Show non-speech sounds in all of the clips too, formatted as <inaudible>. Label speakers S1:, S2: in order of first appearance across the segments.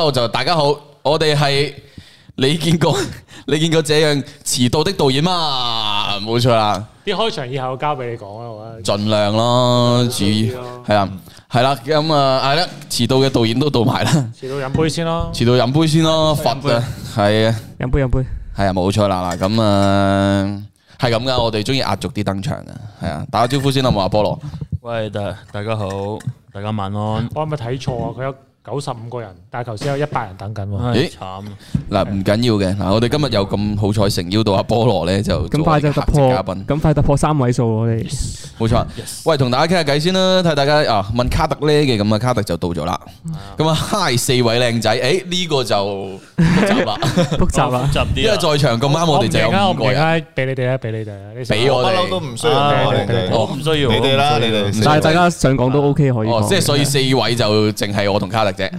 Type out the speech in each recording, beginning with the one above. S1: Hello 就大家好，我哋系你见 <laughs> 过你见过这样迟到的导演嘛？冇错啦，
S2: 啲開場以後交俾你講啦，我覺得。
S1: 尽量咯，主
S2: 盡
S1: 系
S2: 量咯
S1: 啦系啦，咁啊系啦，迟到嘅导演都到埋啦， <laughs>
S2: 遲到飲杯先咯。
S1: 迟到饮杯先咯，罚啊，系啊。
S3: 飲杯飲杯，
S1: 系啊，冇錯啦，嗱咁啊，系咁噶，我哋中意壓軸啲登場啊，系啊，打個招呼先啦，冇阿菠蘿，
S4: 喂，大大家好，大家晚安。
S2: 我係咪睇錯啊？佢有九十五個人，但係頭先有一百人等緊喎。
S4: 唉
S1: 咦
S4: 慘，
S1: 嗱唔緊要嘅，嗱我哋今日又咁好彩誠邀到阿菠蘿咧，就
S3: 咁快就突
S1: 做
S3: 破，
S1: 我哋嘅客席嘉賓，
S3: 咁快突破三位數我哋。
S1: 冇錯。喂，同大家傾下偈先啦，睇大家啊問卡特咧嘅，咁啊卡特就到咗啦，咁啊 hi 四位靚仔，誒呢個就複雜啦，
S3: 複雜啦
S4: 複，雜
S1: 因
S4: 啲
S1: 為
S4: 啊！
S1: 在場咁啱我哋就有
S2: 唔明啊，我
S1: 五
S2: 唔
S1: 個
S2: 明
S1: 人，
S2: 啊，俾你哋啊，俾你哋啊，你成
S1: 俾我
S5: 不
S1: 哋
S5: 嬲都唔需要我
S2: 唉
S5: 哋哋，
S4: 啊我唔需要，
S5: 你哋啦，
S4: 我唔
S5: 你
S4: 需要
S5: 哋四個。
S3: 但係大家想講都 OK 可以
S1: 哦
S3: 講。，
S1: 即係所以四位就淨係我同卡特啫，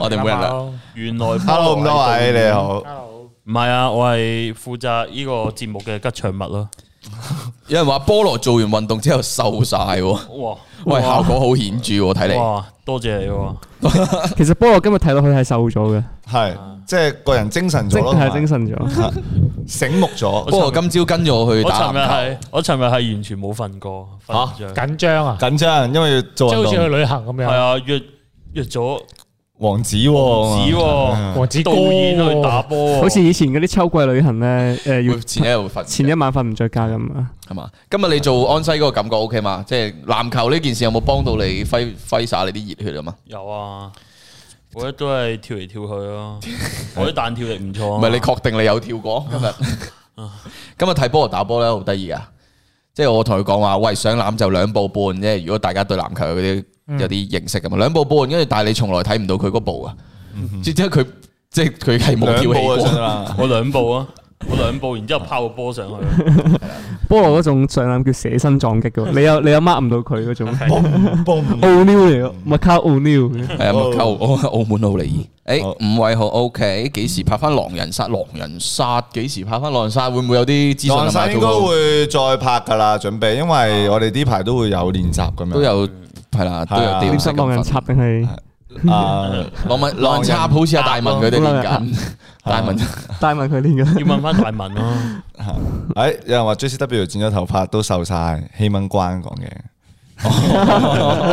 S1: 我哋每人兩。
S2: Hello，
S4: 原來
S5: hello 咁多位，你好。
S2: Hello
S4: 唔係啊，我係負責呢個節目嘅吉祥物咯。
S1: 有人話菠蘿做完運動之後瘦晒喎。
S4: 哇
S1: 喂，效果好顯著喎，睇嚟
S4: 哇，多謝你喎！
S3: 其實菠蘿今日睇落去係瘦咗嘅，
S5: 係，即係個人精神咗
S3: 精
S5: 咯，
S3: 係精神咗。
S5: 醒目咗，
S1: 不過今朝跟咗我去
S4: 我
S1: 打
S4: 尋日
S1: 籃
S4: 係我尋日係完全冇瞓過，瞓著
S2: 緊張啊，
S5: 緊張，因為要
S2: 即
S5: 做
S2: 係好
S5: 運
S2: 似去
S5: 動。
S2: 旅行咁
S4: 係
S2: 樣。
S4: 啊，約約咗
S5: 王子喎，
S4: 子喎
S2: 王子
S4: 導
S2: 哥
S4: 演去打波喎，
S3: 好似以前嗰啲秋季旅行咧，誒
S1: 球，
S3: 要
S1: 會前一日會瞓
S3: 前一晚瞓唔着覺咁啊。
S1: 係嘛？今日你做安西嗰個感覺 OK 嘛？即係籃球呢件事有冇幫到你揮揮灑你啲熱血啊嘛？
S4: 有啊。我覺得都係跳嚟跳去咯，我啲彈跳力唔錯啊。
S1: 唔係你確定你有跳過今日？今日睇波打波咧，好得意噶！即係我同佢講話，喂上籃就兩步半啫。如果大家對籃球有啲
S5: 嗯
S1: 有啲認識咁嘛，兩步半，跟住但係你從來睇唔到佢嗰步啊！即係佢即係佢係冇
S5: 嗯
S1: 跳
S5: 兩
S1: 起
S5: 步啊
S1: 過
S5: 真。
S4: <laughs>
S5: 啦，
S4: 我兩步啊，我兩步，然之後拋個波上去。
S3: 菠蘿嗰種上籃叫捨身撞擊嘅喎，你又你又 mark 唔到佢嗰種。
S5: 嘣嘣，
S3: 奧 new 嚟嘅，麥卡奧 new。
S1: 系啊，麥卡澳澳門奧利爾，
S5: 哦嗯
S1: 誒
S5: 好
S1: 五位好 OK，幾時拍翻狼人殺？狼人殺幾時拍翻狼人殺？會唔會有啲資訊
S5: 唐
S1: 啊？
S5: 生應該會再拍㗎啦，準備，因為我哋呢排都會有練習咁樣。
S1: 都有係啦，都有
S5: 係啊
S1: 點
S3: 點
S1: 識
S3: 失望人插定係？
S5: 啊，
S1: 浪漫浪人插好似阿大文佢哋練緊，大文
S3: 帶問佢練嘅。
S4: 要問翻大文啊咯，
S5: 誒哎有人話 JCW 剪咗頭髮都瘦晒，希蚊關講嘅。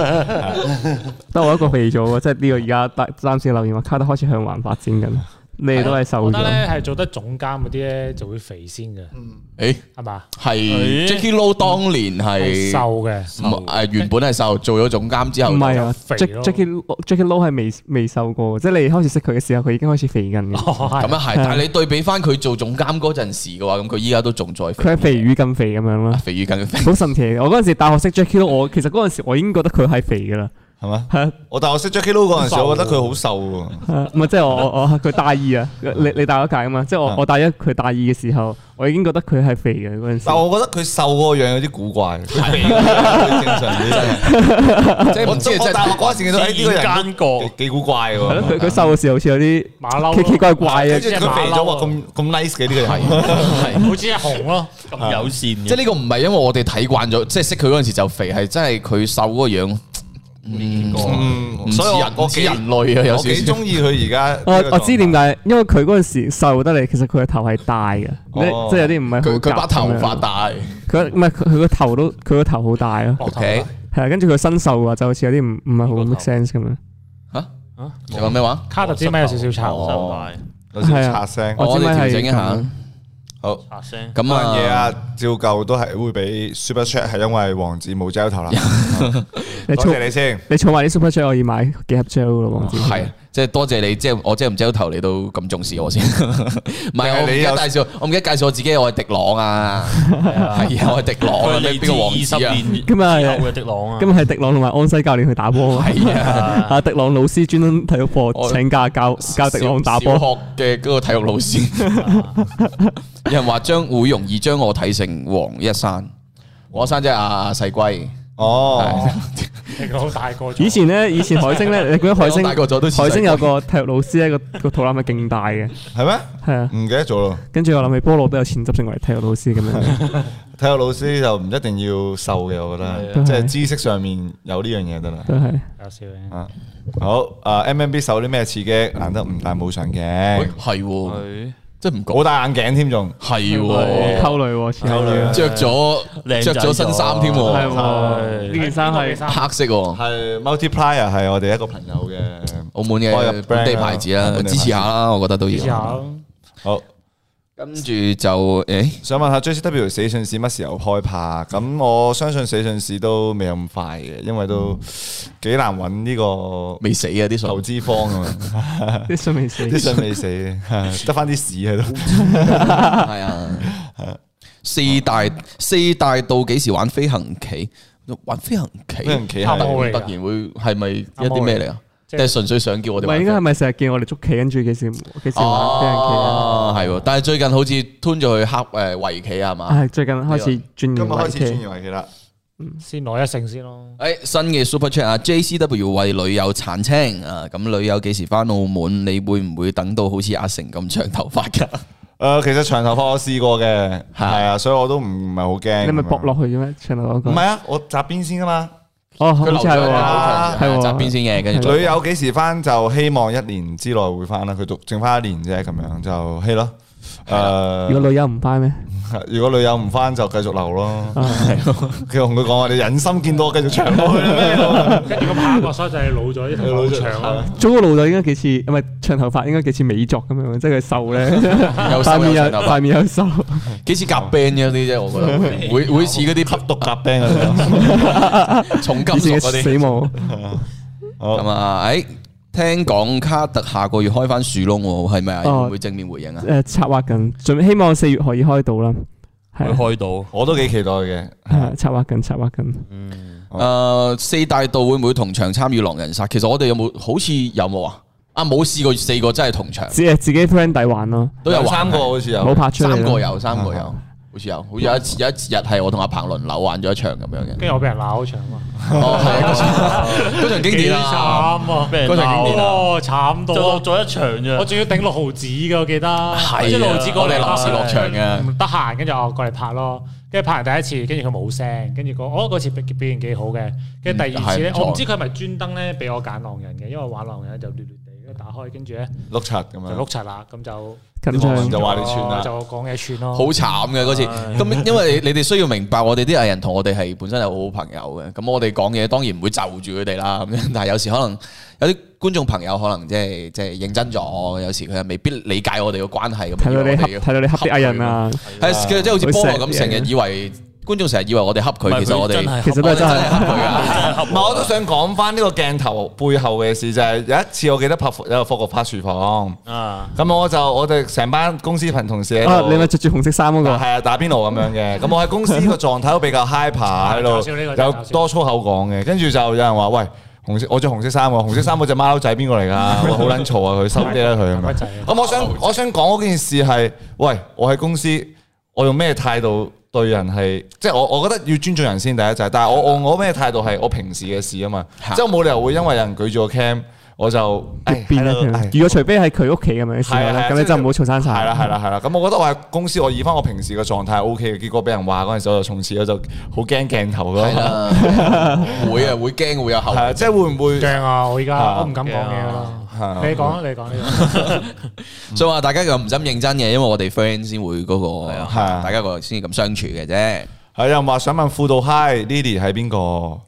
S3: 得我一個肥咗喎，即係呢個而家大暫時留言話卡特開始向橫發展緊，你哋都係
S2: 我
S3: 瘦
S2: 覺得
S3: 咗。
S2: 咧係做得總監嗰啲咧就會肥先嘅，
S1: 誒
S2: 係嘛？
S1: 係
S4: 咦
S1: Jackie Lou 當年係
S2: 係瘦嘅，
S1: 唔係原本係瘦，做咗總監之後
S3: 唔係啊
S2: 肥
S3: ，Jack
S2: 咯
S3: Jackie Jackie Lou 係未未瘦過，即係你開始識佢嘅時候，佢已經開始肥緊嘅。
S1: 咁啊
S2: 咁
S1: 樣係，但係你對比翻佢做總監嗰陣時嘅話，咁佢依家都仲再
S3: 佢係
S1: 肥，啊
S3: 肥魚咁肥咁樣啦，
S1: 肥魚更
S3: <laughs>
S1: 肥。
S3: 好神奇嘅。我嗰陣時大學識 Jackie Lou，我其實嗰陣時我已經覺得佢係肥㗎啦，
S5: 係嘛
S3: 係？
S5: 我但係我識 Jackie Lou 嗰陣時，我覺得佢好瘦喎。
S3: 唔係即係我我我佢大二啊，你你大咗屆啊嘛，即係我
S5: 啊
S3: 我大一佢大二嘅時候，我已經覺得佢係肥嘅嗰陣時
S5: 但。我覺得佢瘦嗰個樣有啲古怪，佢正常啲。
S1: 即係唔知啊
S5: 我我
S1: 真
S5: 大學
S1: 係
S5: 嗰陣時見到，誒呢個人
S4: 奸角
S5: 都幾幾古怪
S3: 係咯，
S5: 喎。
S3: 佢佢瘦嘅時候好似有啲
S2: 馬騮咯
S3: 奇奇怪啊怪嘅，
S5: 跟住佢肥咗，哇咁咁 nice 嘅呢個人。
S1: 係。
S2: <laughs> 好似係紅咯，
S4: 啊咁友善嘅，
S1: 哦即係呢個唔係因為我哋睇慣咗，即係識佢嗰陣時就肥，係真係佢瘦嗰個樣，
S4: 呢個哦
S1: 唔
S5: 嗯，
S1: 似
S5: 所以
S1: 人，
S5: 我
S1: 唔
S5: 我
S1: 似
S5: 幾
S1: 人類啊，有
S5: 我
S1: 少
S5: 幾
S1: 少。
S5: 中意佢而家。
S3: 我我知點。解，因為佢嗰陣時瘦得嚟，其實佢個頭係大嘅，即
S5: 哦
S3: 即係有啲唔係好
S1: 佢佢把
S3: 夾
S1: 頭
S3: 咁樣
S1: 髮，大
S3: 佢唔係佢佢個頭都佢個頭好大咯，
S2: 膊頭
S5: 哦
S1: ，OK
S3: 係啊，跟住佢身瘦啊，就好似有啲唔唔係好
S4: 個頭
S3: make sense 咁樣。
S1: 嚇？
S4: 啊
S1: 你話咩話？
S2: 卡特支咪有少少巢
S1: 哦。
S4: 收大
S5: 有少少擦聲。
S3: 我
S1: 我
S3: 知
S1: 哋
S3: 咪係
S1: 調整一下
S3: 咁。
S5: 好，
S3: 哦
S4: 發聲，
S1: 咁
S5: 嗰樣嘢
S1: 啊，
S5: 啊，照舊都係會俾 Super Chat，係因為王子冇膠頭啦。
S3: 你
S5: 多謝
S3: 儲
S5: 你先。
S3: 你儲埋啲 super gel 可以買幾盒 gel 咯，王子。
S1: 係啊即係多謝你，即係我即係唔知到頭你都咁重視我先。唔
S5: 定
S1: 係
S5: 係
S1: 我唔記
S5: 你有
S1: 得介紹，我唔記得介紹我自己，我係迪朗啊，係啊，我係迪朗
S4: 佢
S1: 啊，
S4: 嚟
S1: 邊個王
S4: 自
S1: 子
S4: 二
S1: 啊
S4: 十？年之
S3: 咁啊
S4: 後嘅迪朗啊
S3: 今，日係迪朗同埋安西教練去打波啊嘛，
S1: 係啊。
S3: <laughs> 啊迪朗老師專登體育
S1: 我
S3: 課請假教教迪朗
S1: 小
S3: 打波，
S1: 小學嘅嗰個體育老師， <laughs> 有人話將會容易將我睇成黃一山，黃一山即係阿細龜，
S5: 哦，
S2: 你個好大個咗。
S3: 以前咧，以前海星咧，你覺得海星
S1: 我大個咗都似
S3: 海星有個體育老師咧，個個肚腩係勁大嘅，
S5: 係咩？
S3: 係啊。
S5: 唔記得咗咯。
S3: 跟住我諗起菠蘿都有潛質成為體育老師咁樣，
S5: 體育老師就唔一定要瘦嘅，我覺
S4: 係
S5: 得，
S3: 啊
S5: 即係知識上面有呢樣嘢得啦。
S3: 都係
S2: 搞笑嘅。
S5: 啊，好啊，MMB 受啲咩刺激？難得唔戴冇上鏡，
S1: 系喎，
S4: 係
S1: 即系唔
S5: 冇
S1: 講
S5: 戴眼鏡添仲。
S1: 係
S3: 哦
S1: 喎，
S3: 溝女喎，
S5: 溝
S3: 溝
S5: 女啊
S1: 着咗
S4: 靚
S1: 着
S4: 仔
S1: 咗新衫添
S3: 係
S1: 喎，
S3: 喎，呢件衫係
S2: 衫
S1: 黑色喎，
S5: 係 multiplier 係我哋一個朋友嘅。
S1: 澳門
S5: 開個
S1: 嘅
S5: brand
S1: 本地牌子
S5: 啊
S1: 啦，
S5: 本地牌
S1: 支
S5: 子
S1: 持下啦，我覺得都
S2: 試下
S1: 要。
S2: 咯
S5: 好，
S1: 跟住就诶，
S5: 想問下 JCW 死訊市乜時候開拍？咁我相信死訊市都未有咁快嘅，因為都幾難揾呢個
S1: 未死啊啲
S5: 投
S1: 數，
S5: 資方啊嘛， <laughs>
S3: 啲信未死，
S5: 啲信未死， <laughs> 得翻啲屎喺度。
S1: 係
S3: <laughs>
S1: 啊。四大四大到幾時玩飛行棋？玩飛行棋，
S5: 飛行棋係
S1: 突然
S2: 啱我嚟㗎
S1: 突然會係咪一啲咩嚟啊？
S2: 即
S1: 即
S2: 係
S1: 係純粹想叫我哋
S3: 唔係
S1: 玩
S3: 應
S1: 飛
S3: 該係
S1: 行棋。
S3: 咪成日見我哋捉棋，跟住幾時幾時玩俾人棋啊？
S1: 哦，係喎，但係最近好似吞咗去黑誒圍棋啊係嘛？
S3: 係最近開始轉
S5: 今
S3: 型
S5: 日開
S3: 圍
S5: 始轉
S3: 棋，
S5: 型為棋啦，
S2: 先攞一勝先咯。
S1: 诶、新嘅 Super Chat 啊，JCW 為女友殘青啊，咁女友幾時翻澳門？你會唔會等到好似阿成咁長頭髮㗎？
S5: 誒，呃其實長頭髮我試過嘅，係啊，所以我都唔唔係好驚。
S3: 你咪搏落去嘅咩？長頭嗰個
S5: 唔係啊，我扎邊先噶嘛。
S3: 哦，好似係
S1: 佢留咗
S3: 喎，
S1: 啊
S3: 係喎
S1: 扎邊先嘅，跟住再
S5: 女友幾時翻就希望一年之內會翻啦，佢讀剩翻一年啫，咁樣就係咯。誒，
S3: 如果女友唔翻咩？
S5: 如果女友唔翻就繼續留咯。
S3: 啊
S5: 佢同佢講話：你忍心見到我繼續長落去啦
S2: 跟住咁下一個衰仔老咗，啲頭髮好長咯。
S3: 中個老豆應該幾似，唔係長頭髮應該幾似美作咁樣，即係佢瘦咧，
S1: 有
S3: 塊
S1: 手
S3: 面
S1: 有長
S3: 又
S1: 頭髮，
S3: 塊面又瘦，
S1: 幾似夾 band 嘅啲啫，我覺
S3: <laughs>
S1: 得會會會似嗰啲吸毒
S5: 夾 band 嗰啲。
S1: 重金
S3: 以
S1: 屬
S3: 前嘅
S1: 嗰啲。
S3: 死亡。
S5: 好
S1: 咁啊，诶、聽講卡特下個月開翻樹窿喎，係咪啊？
S3: 哦
S1: 會唔會正面回應啊？
S3: 誒策劃緊，準希望四月可以開到啦。係
S4: 佢
S3: 啊
S4: 開到，
S5: 我都幾期待嘅。
S3: 係啊，策劃緊，策劃緊。
S1: 诶、呃四大道會唔會同場參與狼人殺？其實我哋有冇好似有冇啊？啊，冇試過四個真係同場，
S3: 自誒自己 friend 底玩咯，
S1: 都有玩
S5: 三個好似
S3: 冇
S5: 有。
S3: 拍出嚟。啊
S1: 三個有，三個有，好似有，好似有一次有一次日係我同阿彭輪流玩咗一場咁樣
S2: <laughs>
S1: 嘅。
S2: 跟住我俾人鬧好長啊！
S1: 哦，係啊嗰場嗰場經典
S2: 幾慘
S1: 啦，
S2: 啊！
S4: 俾人
S1: 嗰場經典啊
S4: 鬧，
S2: 哇，慘到
S4: 做
S2: 我
S4: 做一場
S2: 我
S4: 咋，
S2: 仲要頂六毫子嘅，我記得。
S1: 係啊
S2: 即係六毫子過
S1: 我哋
S2: 嚟
S1: 臨時落場嘅
S2: 唔得閒，跟住我過嚟拍咯。跟住拍完第一次，跟住佢冇聲，跟住個我嗰次表表現幾好嘅。跟住第二次咧
S1: 嗯係唔，錯
S2: 我唔知佢係咪專登咧俾我揀狼人嘅，因為玩狼人就亂亂地，跟住打開，跟住咧
S5: 碌柒咁
S2: 就
S5: 樣
S2: 碌。柒啦，咁就
S3: 緊
S5: 啲網民
S3: 張
S5: 就。話你串啦
S2: 就講嘢串咯。
S1: 好慘嘅嗰次。
S3: <laughs>
S1: 咁因為你哋需要明白，我哋啲藝人同我哋係本身係好好朋友嘅。咁我哋講嘢當然唔會就住佢哋啦。咁樣，但 <laughs> 係有時可能有啲觀眾朋友可能即係即係認真咗，有時佢係未必理解我哋嘅關係咁。
S3: 睇到你恰，
S1: 以為我哋
S3: 睇到你恰啲藝人啊！
S1: 係佢即係好似菠蘿
S3: 好錫
S1: 咁，
S3: 啲
S1: 成日
S3: 人
S1: 以為觀眾成日以為我哋恰
S4: 唔係
S1: 佢，其實我
S4: 真
S1: 哋
S4: 係
S3: 其實都係真係
S1: 恰佢啊。
S5: 唔係，我都想講翻呢個鏡頭背後嘅事，就係有一次我記得拍有個霍國拍廚房，
S4: 啊，
S5: 咁我就我哋成班公司朋同事喺
S3: 啊，
S5: 度
S3: 你咪着住紅色衫嗰個
S5: 係啊，打邊爐咁樣
S2: <laughs>
S5: 嘅。咁我喺公司個狀態都比較 hyper 喺
S2: 搞笑呢個真
S5: 度，
S2: 係
S5: 有
S2: 搞笑
S5: 多粗口講嘅。跟住就有人話：喂，紅色我着紅色衫喎，紅色衫嗰只貓仔邊個嚟
S2: <laughs>
S5: 㗎？我好撚嘈啊！佢收嗲啦佢咁
S2: 乜
S5: 樣。
S2: 仔啊
S5: 咁我想我想講嗰件事係，喂，我喺公司我用咩態度？對人係，即係我，我覺得要尊重人先第一就係，但係我我我咩態度係我平時嘅事啊嘛，
S1: 嚇
S5: 即係我冇理由會因為有人舉住個 cam 我就，唉
S3: 變啦。
S5: hello，
S3: 佢
S5: 唉
S3: 如果除非係佢屋企咁樣嘅時候
S5: 係啊係
S3: 咧，
S5: 啊
S3: 咁你就唔好嘈生晒。
S5: 係啦係啦係啦，咁我覺得我喺公司我以翻我平時嘅狀態 O K 嘅，結果俾人話嗰陣時，我就從此我就好驚鏡頭咯。
S1: 係
S5: 係
S1: 啦，會啊 <laughs> 會驚會有後悔
S5: 啊，即係會唔會
S2: 驚啊！我而家我唔敢講嘢啦。
S5: 啊
S2: 你講啊，你講呢個。
S1: 所以話大家又唔使咁認真嘅，因為我哋 friend 先會嗰個，
S5: 係啊
S1: 大家個先咁相處嘅啫。
S5: 係有人話想問輔導 Hi Lily 係邊個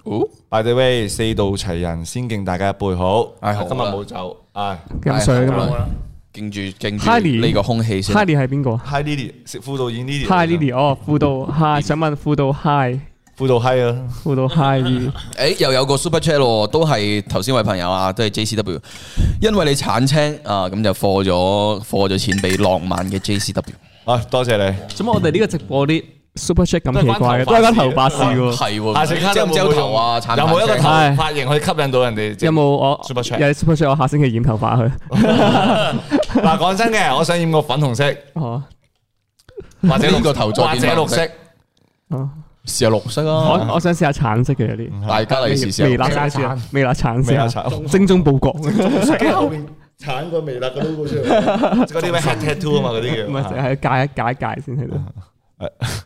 S5: ？By the way，四度齊人先敬大家一杯好。
S1: 唉好啦
S5: 今日冇酒。唉
S3: 飲水㗎
S1: 係
S3: 嘛。
S1: 好啦敬住敬住
S3: Harley
S1: 呢個空氣先。
S3: Hi 係邊個
S5: ，Hi Lily，食輔導演 Lily。
S3: ？Hi Lily，哦，輔導 Hi，想問輔導 Hi，
S5: 輔導 Hi 啊，
S3: 輔導 Hi Lily，
S1: 誒又有個 super chat 喎，都係頭先位朋友啊，都係 JCW，因為你產青啊，咁就貨咗貨咗錢俾浪漫嘅 JCW。
S5: 啊多謝你。
S3: 咁我哋呢個直播啲 Super Chat 咁
S5: 都係關
S3: 奇怪嘅，
S5: 頭
S3: 都
S5: 髮
S3: 係關
S5: 事
S3: 頭髮事喎。
S1: 係
S5: 下次
S1: 喎，
S5: 卡特
S1: 遮唔
S5: 會唔會
S1: 遮頭啊？
S5: 用
S1: 產
S5: 有冇一個頭
S1: 青
S3: 係
S5: 髮型可以吸引到人哋？
S1: <laughs>
S3: 有冇我
S5: Super Chat
S3: 有啲 Super Chat？我下星期染頭髮去。
S5: 嗱，講真嘅，我想染個粉
S1: <laughs>
S5: 紅色
S3: 哦，
S5: 或者
S1: 呢個頭再
S5: 或
S1: 變
S5: 者綠色
S1: 粉。
S3: 哦
S1: 試下綠色啊！
S3: 我我想試下橙色嘅有啲。
S1: 大家嚟試試下啊
S3: 微
S1: 綠
S3: 啊辣
S1: 色。
S3: 橙色，微辣橙色啊
S5: 微辣橙，
S3: 精忠報國，
S5: 跟
S3: <laughs>
S5: 住後面鏟個微辣個 logo 出嚟，嗰啲咩 head tattoo 啊嘛，嗰啲叫。
S3: 唔係淨係戒一戒一戒先喺度。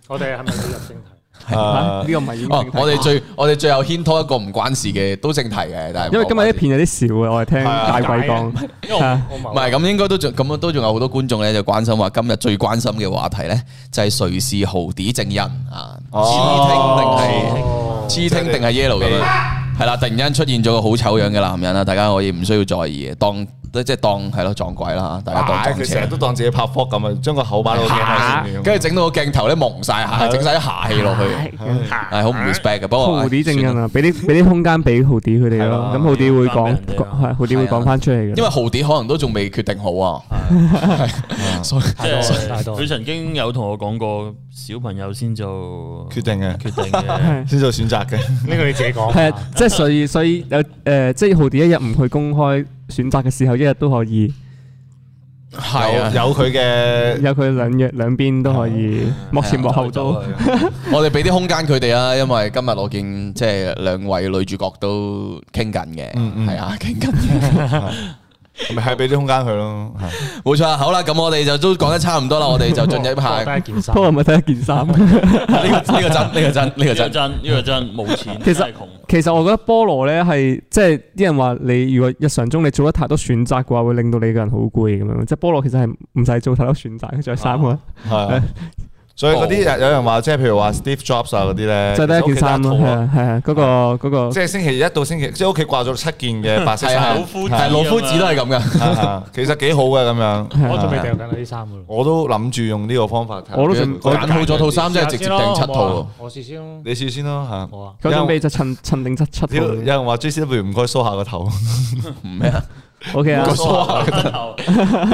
S2: 我哋係咪要入正題？
S3: 啊呢個唔係已經
S1: 哦
S3: 正，題
S1: 我哋最我哋最後牽拖一個唔關事嘅，都正題嘅，但係
S3: 因為今日啲片有啲少啊，啊我哋聽大鬼講
S2: 因為我我
S1: 唔
S2: 唔
S1: 係咁，應該都仲咁都仲有好多觀眾咧就關心話，今日最關心嘅話題咧就係誰是豪啲證人啊？黐聽定係
S2: 哦
S1: 黐聽定係 yellow 咁樣？係啦，突然間出現咗個好醜樣嘅男人啦，啊大家可以唔需要在意嘅，當即係當係咯撞鬼啦，啊大家當
S5: 唉
S1: 撞
S5: 佢成日
S1: 車
S5: 都。當自己拍 f 咁啊，將個口擺到鏡頭前面。
S1: 跟住整到個鏡頭咧蒙晒下，整晒啲下氣落去，係好唔 respect 嘅。不過
S3: 豪啲正人啊，俾啲俾啲空間俾豪啲佢哋咯，咁豪啲會講
S4: 俾人哋啊
S3: 係豪啲會講翻出嚟嘅
S1: 因。為豪啲可能都仲未決定好啊，係 <laughs> 所以
S4: 即
S2: 多
S4: 係
S2: 太多
S4: 佢曾經有同我講過，小朋友先做
S5: 決定嘅，
S4: 決定嘅，
S5: 先做選擇嘅。
S2: 呢個你自己講。
S3: 係啊，即係所以所以有誒，即係豪啲一日唔去公開選擇嘅時候，一日都可以
S1: 係啊
S5: 有。有佢嘅
S3: 有佢兩樣兩邊都可以，幕前幕後都
S1: 我哋俾啲空間佢哋啊，因為今日我見即係兩位女主角都傾緊嘅，係啊，傾緊嘅，
S5: 咪係俾啲空間佢咯。係
S1: 冇錯啊。好啦，咁我哋就都講得差唔多啦，我哋就進入一下
S2: 都
S1: 呢
S2: 係件衫
S3: 不。過咪得一件衫。
S1: 個呢個真呢個真呢個
S4: 呢個
S1: 真，
S4: 真，呢個真冇錢，
S3: 其實
S4: 真係窮。
S3: 其實我覺得菠蘿咧係即係啲人話你如果日常中你做得太多選擇嘅話，會令到你個人好攰咁樣。即係菠蘿其實係唔使做太多選擇，佢着衫嘅，
S5: 係啊。所以嗰啲有人話，即係譬如話 Steve Jobs 啊嗰啲咧，
S3: 就係得一件衫咯。係
S5: 其實屋企得一套
S3: 啊係啊，嗰個嗰個
S5: 即係星期一到星期，即係屋企掛咗七件嘅白色
S1: 係啊
S5: 衫
S4: 老，
S5: <laughs>
S4: 夫子
S1: 係老夫子都係咁噶。
S5: 啊其實幾好嘅咁樣。
S2: 我準備掉緊啦啲衫噶咯。
S5: 我都諗住用呢個方法睇下。
S3: 我都
S1: 佢揀好咗套衫，即係直接訂
S2: 啊
S1: 七套喎。
S2: 我試先咯。
S5: 你試先咯嚇。
S2: 好啊。
S3: 嗰種味就襯襯定七七
S5: 有有人話 J C W 唔該梳下個頭，
S1: 咩啊？
S3: O K 啊
S1: 個，梳下
S4: 個頭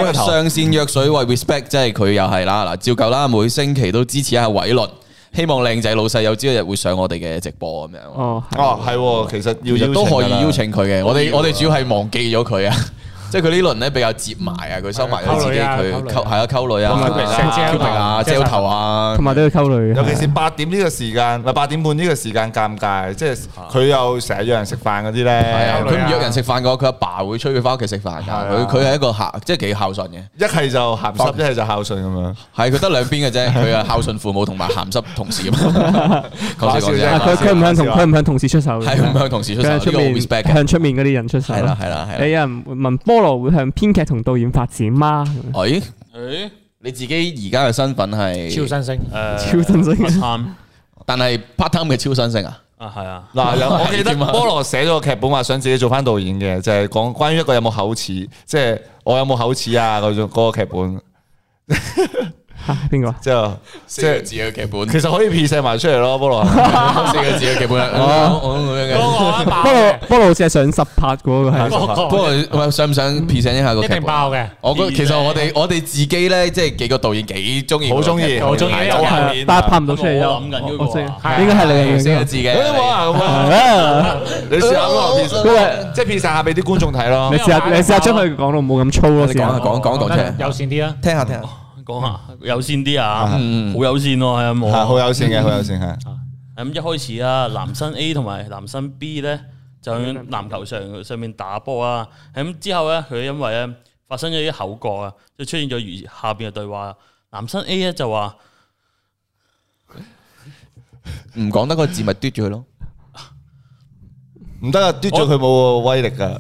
S1: 啊上善若水為 respect，即係佢又係啦。嗱，照舊啦，每星期都支持一下偉倫，希望靚仔老細有朝一日會上我哋嘅直播咁樣。
S3: 哦係
S5: 哦係喎，其實要邀請
S1: 都可以
S5: 㗎啦
S1: 邀。請佢嘅。我哋我哋主要係忘記咗佢啊， <laughs> 即係佢呢輪咧比較接埋啊，佢收埋咗自己
S2: 溝女啊
S1: 佢
S2: 溝
S1: 溝
S2: 女
S1: 係啊
S2: 啊
S1: 溝女
S5: 溝女啊
S1: 啊
S2: 成隻
S1: ，Q 平啊，
S2: 溝
S1: 遮
S2: 女
S1: 頭啊
S3: 同，埋都要溝女嘅，
S5: 尤其
S3: 係
S5: 是八點呢個時間，唔係八點半呢個時間尷尬，即係佢又成日約人食飯嗰啲
S1: 係啊，
S5: 咧，
S1: 佢唔約人食飯嘅話，佢阿爸會催佢翻屋企食飯㗎。佢佢係一個孝，即係幾孝順嘅。
S5: 一係就鹹濕，一係就孝順咁樣。
S1: 係佢得兩邊嘅啫，佢係孝順父母同埋鹹濕同事咁。講笑講
S5: 講笑
S3: 啊
S1: 啫
S3: 佢
S5: 啫，
S3: 佢唔向同
S5: 有時候
S3: 佢唔向同事出手嘅，
S1: 係唔向同事出
S3: 佢
S1: 手，呢
S3: 向
S1: 個
S3: 出
S1: 好
S3: 面
S1: respect 嘅。
S3: 向出面嗰啲人出手。
S1: 係啦係啦係
S3: 有
S1: 啦。
S3: 人問菠蘿會向編劇同導演發展嗎？
S1: 誒，
S4: 誒
S1: 你自己而家嘅身份
S2: 超
S1: 係，
S2: 新星。
S4: 誒
S3: 超真心
S4: part time
S1: 但係 part time 嘅超新星啊？
S4: 啊，係啊，
S5: 嗱，有我記得
S1: 係點啊
S5: 菠蘿寫咗個劇本話想自己做翻導演嘅，就係講關於一個有冇口齒，即係我有冇口齒啊嗰種嗰個劇本，
S3: 嚇邊個啊？
S5: 之後
S1: 四
S5: 即
S1: 個
S5: 係
S1: 字嘅劇本，
S5: 其實可以 P 寫埋出嚟咯，
S1: <laughs>
S5: 菠蘿。
S1: 四個字嘅劇本，哦，我咁樣嘅。
S2: 我一爆
S3: 菠蘿菠蘿好似係上十拍嘅喎，佢係
S1: 不過喂想唔想 present 一下個劇
S2: 一定
S1: 本？
S2: 爆嘅。
S1: 我覺得其實我哋我哋自己咧，即係幾個導演幾中意，
S5: 好鍾意
S2: 好鍾意
S5: 有
S3: 係啊
S5: 畫面啊
S3: 但係拍唔到出嚟
S4: 我諗緊嗰
S3: 啫。
S4: 個啊
S3: 我知，
S2: 係啊
S3: 應該係你
S1: 四個
S3: 嘅。
S1: 字嘅
S5: 有。啲冇啊咁啊，你試下菠蘿 P
S3: 因為
S5: 即係 P 晒下俾啲觀眾睇咯
S3: 你。試下你試下將佢講到冇咁粗咯，
S1: 你
S3: 試下
S1: 講。講講講出嚟
S2: 友善啲啦。
S1: 聽下聽下，
S4: 講下有線啲啊，好
S1: 嗯
S4: 有線咯，係啊，
S5: 係好
S4: 冇。
S5: 有線嘅，好有線係。
S4: 咁一開始啊，男生 A 同埋男生 B 咧就喺籃球場上面打波啊。咁之後咧，佢因為咧發生咗啲口角啊，就出現咗如下邊嘅對話。男生 A 咧就話
S1: 唔講得個字咪嘟住佢咯，
S5: 唔得啊，嘟咗佢冇威力噶。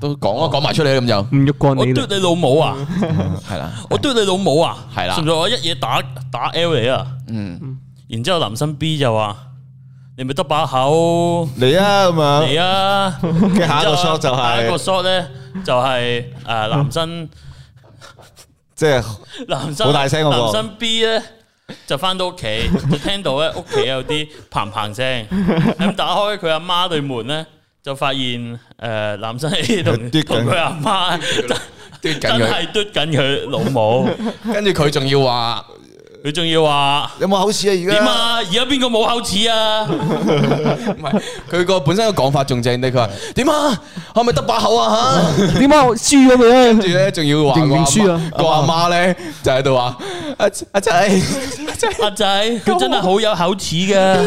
S1: 都講啊講埋出嚟咁就
S3: 唔喐過
S4: 我
S3: 你
S4: 嘟
S3: 啦，
S4: 你老母啊！
S1: 嗯係啦，
S4: 我嘟你老母啊！
S1: 係啦
S4: 甚至我一嘢打打 L 你啊！
S1: 嗯，
S4: 然之後男生 B 就話：你咪得把口
S5: 嚟啊咁樣。
S4: 嚟啊！
S5: 嘅下一個 shot 就
S4: 下一個
S5: 係
S4: shot 咧就係
S5: <laughs>
S4: 誒男生
S5: 即係
S4: 男生
S5: 好大聲嗰個
S4: 男生 B 咧就翻到屋
S5: <laughs>
S4: 企就聽到咧屋企有啲砰砰聲，咁打開佢阿媽對門咧就發現誒男生 A 同
S5: 嘟緊
S4: 同佢阿媽真
S1: 嘟緊
S4: 真
S1: 佢，
S4: 係嘟緊佢老
S5: <laughs>
S4: 母，
S1: 跟住佢仲要話
S4: 佢仲要話。
S5: <laughs> 有冇口齒
S4: 點
S5: 啊？
S4: 啊？而家邊個冇口齒
S5: <laughs>
S4: 啊？
S1: 唔係佢個本身嘅講法仲正啲，佢話點啊，係咪得把口啊嚇？
S3: 點解我輸咗佢
S1: 跟住咧，仲要話
S3: 認唔認輸啊
S1: 個阿媽咧就喺度話：阿阿仔，阿仔
S4: 阿仔，佢真係好有口齒噶。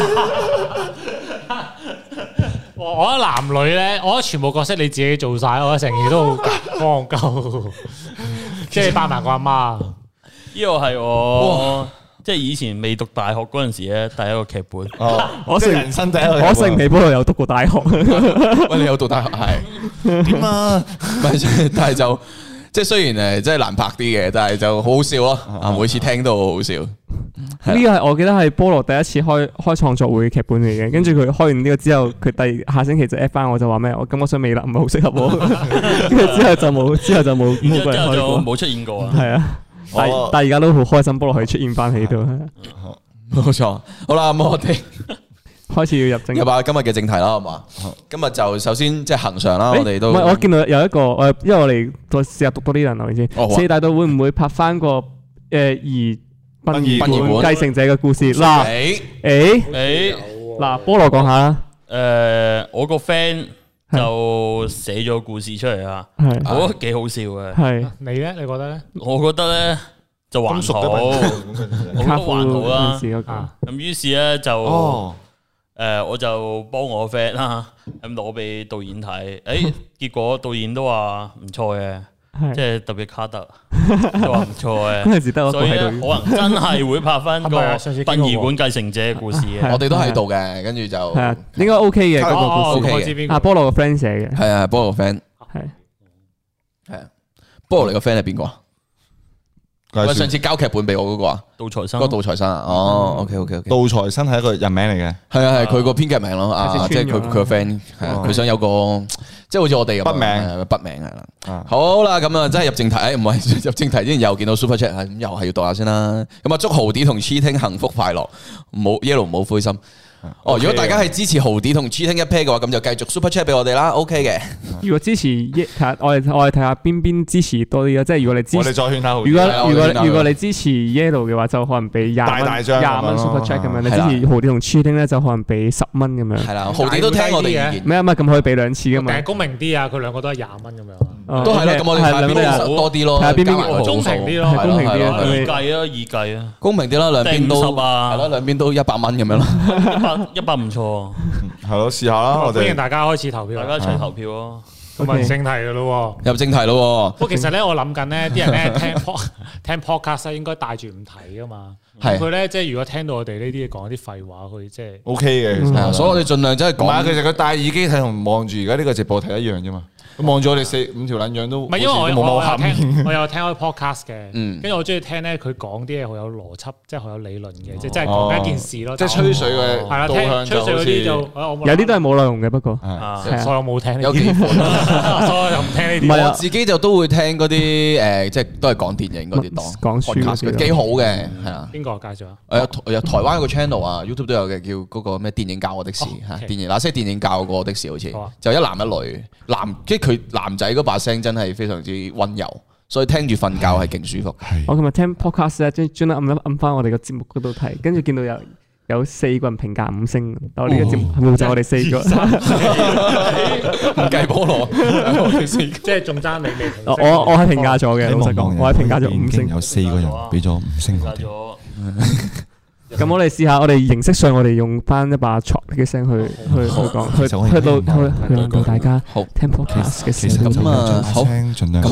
S2: 我我覺得男女咧，我覺得全部角色你自己做晒，我覺得成件都好戇鳩，即係扮埋個阿媽。
S4: 呢個係我即係以前未讀大學嗰陣時咧，第一個劇本
S5: 哦，
S3: 啊
S5: <laughs>
S3: 我
S5: 即係
S3: 成
S5: 人生第一個
S3: 我成啊皮波度有讀過大學，
S1: 喂，你有 <laughs> 讀大學係？
S5: 點啊？
S1: 唔係，但係就即係雖然誒，即係難拍啲嘅，但係就好好笑咯。啊，每次聽都好好笑。
S3: 呢個係我記得係菠蘿第一次開開創作會嘅劇本嚟嘅，跟住佢開完呢個之後，佢第下星期就 at 翻我就話咩，我感覺上未啦，唔係好適合
S1: <laughs>
S3: 我，跟住之後就冇，之後就冇
S4: 然
S3: 冇
S4: 之後
S3: 個
S4: 之
S3: 人
S4: 後就
S3: 開過，
S4: 冇出現過啊。
S3: 係啊，
S1: 哦
S3: 但
S5: 我
S3: 但而家都好開心，菠蘿可以出現翻喺度，
S1: 冇錯。好啦，咁 <laughs> 我哋
S3: 開始要入正
S1: 入。下今日嘅正題啦，好嘛？今日就首先即係恒常啦，我
S3: 誒
S1: 哋都
S3: 唔係，我見到有一個誒，因為我哋再試下讀多啲人留言先。
S1: 哦好啊
S3: 四大道會唔會拍翻個誒兒殯
S1: 殯儀
S3: 儀
S1: 館
S3: 館繼承者嘅故事？嗱，
S1: 誒
S3: 誒
S4: 誒
S3: 嗱，菠蘿講下啦，
S4: 誒，我個 friend 就寫咗個故事出嚟啊，
S3: 係
S4: 我覺得幾好笑嘅。
S3: 係
S2: 你咧？你覺得咧？
S4: 我覺得咧就還好，我覺
S5: 好。
S4: 得
S3: 卡夫
S4: 還好
S3: 嗰陣
S4: 啦。
S3: 時嗰個
S2: 啊，
S4: 咁於是咧就
S5: 哦，
S4: 誒、我就幫我 friend 啦，咁攞俾導演睇，誒、結果導演都話唔錯嘅，即
S3: 係
S4: 係特別卡特都話唔錯
S3: <laughs> 嗰陣時得
S4: 嘅，
S3: 我一個
S4: 所以咧
S3: 喺
S4: 可
S3: 度，
S4: 能真係會拍翻個
S2: 係咪啊上次
S4: 殯
S2: 經過喎
S4: 儀館繼承者嘅故事嘅，
S1: 我哋都喺度嘅，跟住就
S3: 啊係啊
S1: 係，
S3: 應該 OK 嘅嗰個
S2: 哦
S3: 故
S2: 哦
S3: 事。
S1: OK
S2: 我知邊個
S3: 啊，菠蘿個 friend 寫嘅，
S1: 啊，菠蘿 friend
S3: 係
S1: 係啊，菠蘿你個 friend 係邊個啊？喂，上
S5: 介紹
S1: 次交劇本俾我嗰個啊，
S4: 杜財
S1: 嗰
S4: 生
S1: 個杜財生啊。哦，OK OK OK，
S5: 杜財生係一個人名嚟嘅，
S1: 係啊係佢個編劇名咯啊，
S3: 直
S1: 即
S3: 接
S1: 係佢
S3: 穿咗
S1: 佢
S3: 啦
S1: 個 friend 係啊，佢想有個即係好似我哋咁
S5: 哦筆名
S1: 係啊筆名係啦。
S5: 啊
S1: 好啦，咁啊，真係入正題，哎唔係入正題之前又見到 Super Chat，係咁又係要讀下先啦。咁啊，祝豪啲同 Cheating 幸福快樂，冇 Yellow 冇灰心。哦，如
S5: 嗯 OK
S1: 果大家係支持豪啲同 Cheating 一 pair 嘅話，咁就繼續 Super Chat 俾我哋啦，OK 嘅。
S3: 如果支持一，睇下我哋我哋睇下邊邊支持多啲啦。即係如果你支
S5: 我哋再勸下豪。
S3: 如
S1: 係啊
S3: 果
S1: 我哋
S3: 如
S1: 先打
S3: 果
S1: 佢
S3: 如果你支持 Yellow 嘅話，就可能俾廿
S5: 大大
S3: 蚊
S1: 啊
S5: 張
S3: 廿蚊
S5: 咁樣
S3: Super Chat 咁樣。你支
S1: 係啦
S3: 持豪啲同 Cheating 咧，就可能俾十蚊咁樣。
S1: 係啦，豪啲都聽我哋意見，
S3: 咩啊嘛，咁可以俾兩次噶嘛
S2: 但係。公平啲啊，佢兩個都係廿蚊咁樣啊。
S3: 哦
S1: 都係啦。
S3: OK，
S1: 咁我哋睇
S3: 係啊
S1: 下
S3: 兩
S1: 邊
S3: 個
S1: 邊
S3: 人
S1: 實多啲咯，
S3: 睇下邊邊
S1: 加埋個總數
S2: 公平啲咯
S1: 係
S3: 公平啲
S1: 係係
S3: 咯
S4: 易計啊，易計啊，
S1: 公平啲啦，兩邊
S4: 定
S1: 都
S4: 十
S1: 係咯，
S4: 啊，
S1: 兩邊都一百蚊咁樣咯。
S4: 一百一百唔錯，
S5: 係咯，試下啦，我
S2: 歡迎
S5: 哋
S2: 大家開始投票
S4: 大
S2: 啊，
S4: 家一齊投票咯。
S2: 咁啊正題噶咯喎。
S1: 入正題咯
S2: 不過其實咧，我諗緊咧，啲人咧聽 pod <laughs> 聽 podcast 咧應該帶住唔睇噶嘛。
S1: 係
S2: 佢咧即係如果聽到我哋呢啲嘢講啲廢話，佢即係
S5: OK 嘅。其
S1: 喎，
S5: 實
S1: 係啊所以我哋盡量真係
S5: 唔係，其
S1: 講。
S5: 實佢戴耳機睇同望住而家呢個直播睇一樣啫嘛。佢望住我哋四五條撚樣都
S2: 唔係因為我
S5: 好似
S2: 有
S5: 都
S2: 我
S5: 冇
S2: 有
S5: 乜冚。
S2: 聽我有聽開 podcast 嘅，
S1: 嗯
S2: 跟住我中意聽咧佢講啲嘢好有邏輯，即係好有理論嘅，即係真係講緊一件事咯。
S5: 即係吹水嘅
S2: 係啦，啊
S5: 導向
S2: 聽吹
S5: 就
S2: 水
S5: 好
S2: 嗰啲就
S5: 似
S2: 我
S3: 有啲都係冇內容嘅，不過
S4: 啊
S3: 係
S2: 所
S3: 啊，
S2: 以我冇聽呢啲，
S1: 有
S3: <laughs>
S1: 幾款啦
S2: 所以 <laughs> 我就唔聽呢
S3: 唔係
S2: 啲。
S3: 啊
S1: 我自己就都會聽嗰啲誒，即係都係講電影嗰啲檔，
S3: <laughs> 講書
S1: podcast
S3: 嗰啲啊
S1: 嗰
S3: 咯
S1: 啲幾好嘅，係啊。
S2: 邊個介紹啊？
S1: 誒台有台灣有個 channel 啊，YouTube 都有嘅，叫嗰個咩電影教我的事
S2: 哦
S1: 嚇，
S2: OK
S1: 電影那些電影教我的事好似
S2: 好啊，
S1: 就一男一女，男即係佢男仔嗰把聲真係非常之温柔，所以聽住瞓覺係勁舒服。
S3: 我琴日聽 podcast 咧，專專登暗一暗翻我哋個節目嗰度睇，跟住見到有有四個人評價五星，但我呢個節目係咪就我哋四個？
S1: 唔計菠蘿，
S2: <laughs> 即係仲爭你未評
S3: 我哦我我係評價咗嘅，老實講，我係評價咗五星。
S5: 四
S4: 個人俾
S5: 咗五星
S4: 加咗
S3: 咁我哋試下，我哋形式上我哋用翻一把挫嘅聲去去去講，去
S5: 就可以
S3: 去到
S5: 聽到
S3: 去去令到大家
S1: 好
S3: 聽 podcast 嘅時候
S1: 咁
S3: 就
S1: 啊好
S5: 盡量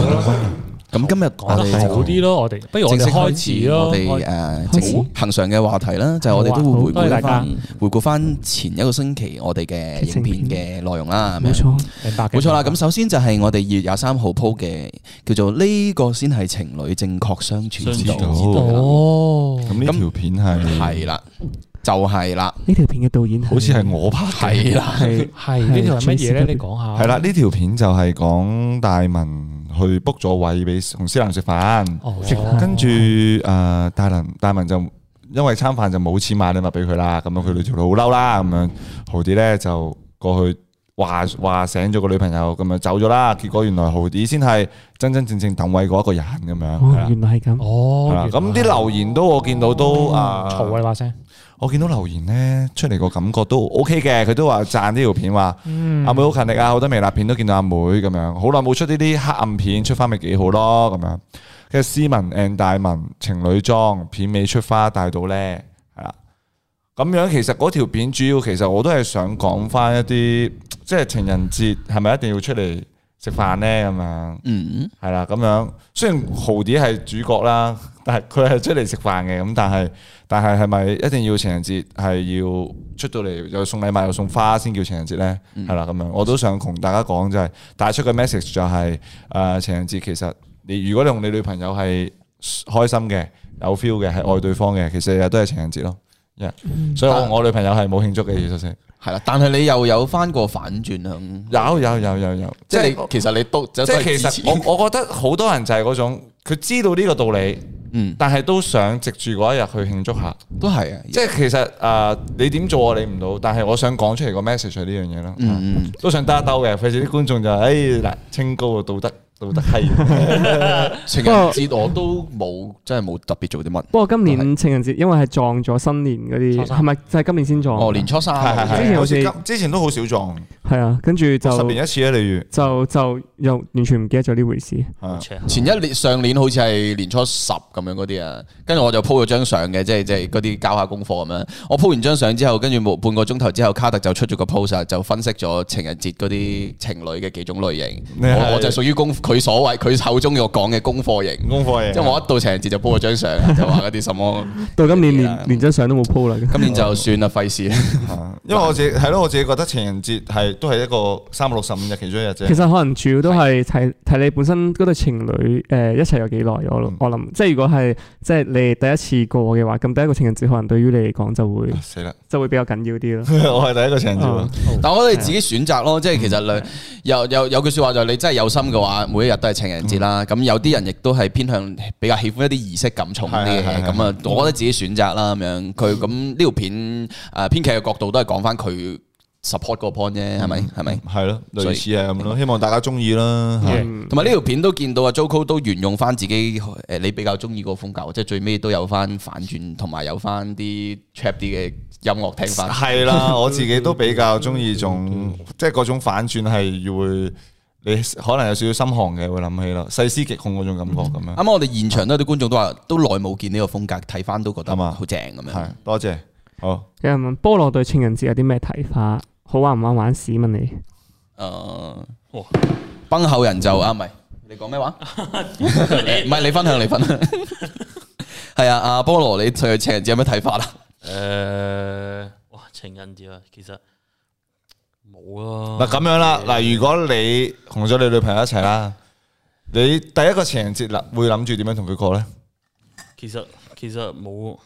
S1: 咁今日
S2: 講
S1: 我
S2: 得
S1: 哋
S2: 好
S3: 啊
S1: 就
S2: 啲咯，我哋不如我
S1: 正式
S2: 哋開
S1: 開
S2: 始
S1: 始
S2: 咯。
S1: 我哋
S2: 開
S1: 誒正
S3: 好
S1: 恆常嘅話題啦，就係我哋都會
S3: 好
S1: 回
S3: 啊好多謝
S1: 顧
S3: 大家
S1: 翻回顧翻前一個星期我哋嘅
S3: 劇情
S1: 影片嘅內容啦，咁樣
S3: 冇錯，
S2: 明白嘅
S1: 冇錯啦，咁首先就係我哋二月廿三號鋪嘅叫做呢個先係情侶正確相處之道
S5: 相處之道
S1: 哦，
S2: 哦，
S5: 咁呢條片係
S1: 係啦，就係啦，
S3: 呢條片嘅導演
S5: 好似係我拍嘅。
S1: 係啦，
S3: 係
S2: 係呢條係乜嘢咧？你講下。
S5: 係啦，。呢條片就係講大文去 book 咗位俾洪思南食飯，
S2: 哦，
S5: 跟住誒大文大文就因為餐飯就冇錢買禮物俾佢啦，咁樣佢女條女好嬲啦，咁樣豪啲咧就過去話話醒咗個女朋友，咁樣走咗啦。結果原來豪啲先係真真正正等位嗰一個人咁樣，係
S3: 哦
S5: 啦，
S3: 原來係咁，
S2: 哦
S5: 係，啦。咁啲留言都我見到都啊
S2: 嘈啊！你把聲，
S5: 我見到留言咧，出嚟個感覺都 OK 嘅，佢都話讚呢條片話，阿妹好勤力啊，好多微辣片都見到阿妹咁樣，好耐冇出呢啲黑暗片，出翻咪幾好咯咁樣。跟住斯文 and 大文情侶裝片尾出花大到咧，係啦。咁樣其實嗰條片主要其實我都係想講翻一啲，即係情人節係咪一定要出嚟食飯咧咁樣。
S1: 嗯，
S5: 係啦，咁樣雖然豪子係主角啦， <laughs> 但係佢係出嚟食飯嘅，咁但係但係係咪一定要情人節係要出到嚟又送禮物又送花先叫情人節呢？
S1: 嗯
S5: 係啦、咁樣我都想同大家講就係、帶出個 message 就係、呃情人節其實你如果你同你女朋友係開心嘅、有 feel 嘅、係愛對方嘅，其實日日都係情人節咯。Yeah，所以我
S1: 但
S5: 我女朋友係冇慶祝嘅，其實先
S1: 系啦，但係你又有翻過反轉啊，
S5: 有有有有有，
S1: 即係你其實你都即
S5: 即係其實我我覺得好多人就係嗰種，佢知道呢個道理，
S1: 嗯
S5: 但係都想藉住嗰一日去慶祝下。
S1: 都係啊，
S5: 即係其實誒、呃你點做我理唔到，但係我想講出嚟個 message 係呢樣嘢咯。
S1: 嗯嗯
S5: 都想兜一兜嘅，費事啲觀眾就誒嗱、清高啊，道德道
S1: <laughs>
S5: 德閪。
S1: 情人節我都冇真係冇特別做啲乜，
S3: 不過今年情人節因為係撞咗新年嗰啲，
S2: 初三
S3: 係咪就係今年先撞？
S1: 哦，年初三
S5: 係係
S3: 之前
S5: 係，
S3: 好
S5: 好
S3: 似
S5: 似今之前都好少撞，
S3: 係啊，跟住就
S5: 十年一次啊，例如
S3: 就就又完全唔記得咗呢回事。
S5: 係
S1: 前一年上年好似係年初十咁樣嗰啲啊，跟住我就 po 咗張相嘅，即係即係嗰啲交下功課咁樣。我 po 完張相之後，跟住冇半個鐘頭之後，卡特就出咗個 post 啊就分析咗情人節嗰啲情侶嘅幾種類型。
S5: 你係
S1: 我我就屬於功佢所謂佢口中我講嘅功課型，
S5: 功啊課
S1: 即係
S5: 嘢。
S1: 我一到情人節就 po 咗張相，就話嗰啲什麼。
S3: 到今年
S1: 係啊
S3: 連連張相都冇 po 啦。
S1: 今年就算啦，費事。
S5: 啊因為我自己係咯，我自己覺得情人節係都係一個三百六十五日其中一日啫。
S3: 其實可能主要都係睇睇你本身嗰對情侶誒、一齊有幾耐，我諗
S5: 嗯
S3: 我諗，即係如果係即係你第一次過嘅話，咁第一個情人節可能對於你嚟講就會
S1: 嗯
S5: 啊死啦！ <laughs>
S3: 就會比較緊要
S1: <laughs>
S3: 啲咯。
S5: 我係第一個情人節喎
S3: 嗯。
S1: 但我覺得你自己選擇
S5: 嗯
S1: 咯，即係其實兩有有有句説話就係你真係有心嘅話，每一日都係情人節
S5: 嗯
S1: 啦。咁有啲人亦都係偏向比較喜歡一啲儀式感重啲嘅
S5: 係係嗯
S1: 嘢，
S5: 係
S1: 咁啊，我覺得自己選擇啦咁樣。佢咁呢條片誒編劇嘅角度都係講翻佢 support 個 point
S5: 嗯
S1: 啫，係咪？係咪？
S5: 係咯，類
S1: 所以
S5: 似係咁咯，希望大家中意啦。係
S3: 嗯
S1: 同埋呢條片都見到啊，Joco 都沿用翻自己誒你比較中意個風格，即係最尾都有翻反轉，同埋有翻啲 trap 啲嘅音樂聽
S5: <laughs>
S1: 翻。<laughs>
S5: 係啦，我自己都比較中意
S1: 嗯
S5: 種，即係嗰種反轉係會，你可能有少少心寒嘅，會諗起咯，細思極恐嗰種感覺咁樣。
S1: 啱啱我哋現場都有啲觀眾都話，都耐冇見呢個風格，睇翻都覺得
S5: 係嘛
S1: 好正咁樣
S5: 啊係。，多謝。
S1: 哦
S5: 好，
S3: 有人問菠蘿對情人節有啲咩睇法？好玩唔玩玩屎問你？
S1: 誒
S4: 哇，
S1: 哦崩口人就啊，唔係你講咩
S4: <laughs>
S1: 話？唔係你分享，你分享。係啊，阿菠蘿，你對情人節有咩睇法啊？
S4: 诶，哇！情人節啊，其實冇啊咯。
S5: 嗱咁樣啦，嗱，如果你同咗你女朋友一齊啦，你第一個情人節啦，會諗住點樣同佢過呢？
S4: 其實其實冇唔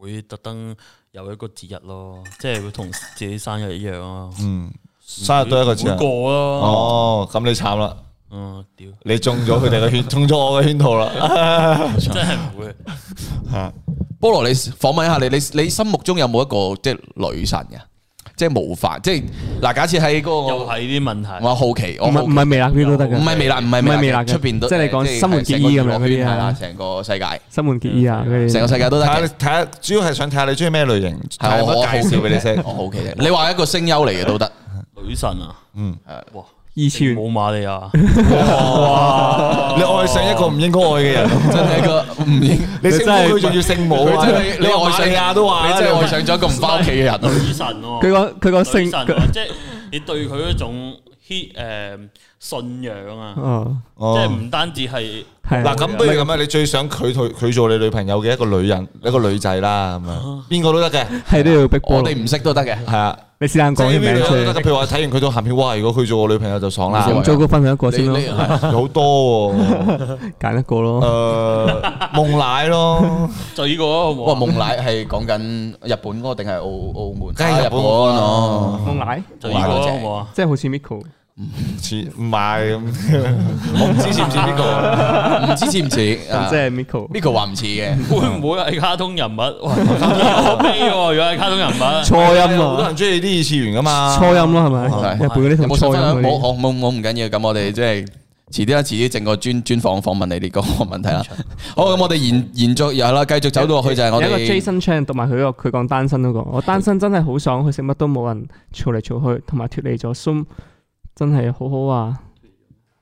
S4: 會特登有一個節日咯，即係會同自己生日一樣咯。
S5: 嗯，生日都一個
S4: 唔
S5: 節
S4: 會
S5: 日。
S4: 過咯。
S5: 啊哦，咁你慘啦，
S4: 嗯，屌，
S5: 你中咗佢哋嘅
S1: <laughs>
S5: 圈，中咗我嘅圈套啦。啊
S4: 真係唔會。
S1: 菠蘿，你訪問一下你，你你心目中有冇一個即係女神嘅？即係無法，即係嗱，假設喺嗰
S4: 又
S1: 個
S4: 係呢啲問題。
S1: 我好奇，
S3: 唔
S1: 我好
S3: 係
S1: 奇
S3: 唔係微辣嗰啲都得
S1: 唔
S3: 㗎，
S1: 係微辣，唔係
S3: 唔係微
S1: 微
S3: 辣
S1: 辣
S3: 嘅
S1: 嘅，出邊都
S3: 即係你講生活結衣咁樣嗰啲啊
S1: 係啦，成個世界，
S3: 新垣結衣啊嗰
S1: 嗯成
S3: 啲
S1: 個。世界都
S5: 睇
S1: 得
S5: 下
S1: 嘅啊
S5: 你。睇下，主要係想睇下你中意咩類型，睇下有
S1: 我我好
S5: 乜介紹俾你識。
S1: <laughs> 我好奇啫。你話一個聲優嚟嘅都得，
S4: 女神啊，
S5: 嗯，
S4: 哇，
S3: 二次元
S4: 冇馬利亞，哦
S5: 你愛上一個唔應該愛嘅人，
S1: 真係一個唔應。
S5: 你
S3: 真
S5: 稱
S3: 係
S5: 呼佢仲要啊聖母
S1: 佢
S5: 啊！
S1: 真係你愛上
S5: 瑪利亞都話
S1: 你
S5: 啦，
S1: 真係愛上咗一個唔翻屋企嘅人
S4: <laughs>
S1: 咯。
S4: 女神喎。
S3: 佢個佢個性
S4: 女神
S3: 佢
S4: 喎，即係你對佢嗰種 hit 誒信仰啊，
S3: 哦
S4: 即係
S5: 哦。
S4: 唔單止係
S3: 係啊
S5: 嗱，咁不如咁啊，你最想佢做佢做你女朋友嘅一個女人，一個女仔啦，咁
S3: 啊
S5: 樣邊個都得嘅，
S3: 係都要逼菠
S1: 我哋
S3: 蘿。
S1: 唔識都得嘅。
S5: 係啊。
S3: 你試下
S5: 即
S3: 講
S5: 係
S3: 啲名出
S5: 呢
S3: 嚟
S5: 個，譬如話睇完佢套鹹片，哇！如果佢做我女朋友就爽啦，
S1: 冇錯
S3: 咁糟糕分享一個
S1: 你
S3: 先咯
S1: 你，啊
S5: <laughs>
S1: 哦係
S5: 有好多喎。
S3: 揀一個咯。
S5: 誒，夢奶咯，
S4: 就呢個咯好唔好
S1: 哇
S4: 啊？
S1: 夢奶係講緊日本嗰個定係澳澳門？啊
S5: 梗係日本
S1: 哦。
S3: 夢奶
S4: 就呢個
S1: 哇
S4: 咯
S1: 正
S4: 好唔好啊？
S3: 即係好似 Miko。
S5: 似唔係咁，我唔知似唔似呢個。
S1: <laughs> 唔知似唔似？
S3: 咁
S1: 啊
S3: 即係 Miko
S1: Miko 話唔似嘅。
S3: <laughs>
S4: 會唔會係卡通人物？哇，好悲喎！如果係卡通人物，
S3: 初音
S5: 好多
S3: 啊，
S5: 人中意啲二次元噶嘛。
S3: 初音咯係咪？
S1: 係
S3: 日本嗰啲
S1: 有
S3: 同
S1: 冇
S3: 初
S1: 想
S3: 音
S1: 分享？
S3: 嗰
S1: 冇，
S3: 啲。
S1: 我冇冇唔緊要。咁我哋即係遲啲啦，遲啲整個專專訪訪問你呢個問題啦。好，咁我哋延延續又係啦，繼續走到去就係我
S3: 有一個
S1: 哋
S3: Jason Chan 讀埋佢個佢講單身嗰個，我單身真係好爽，佢食乜都冇人嘈嚟嘈去，同埋脱離咗 Zoom，真係好好啊！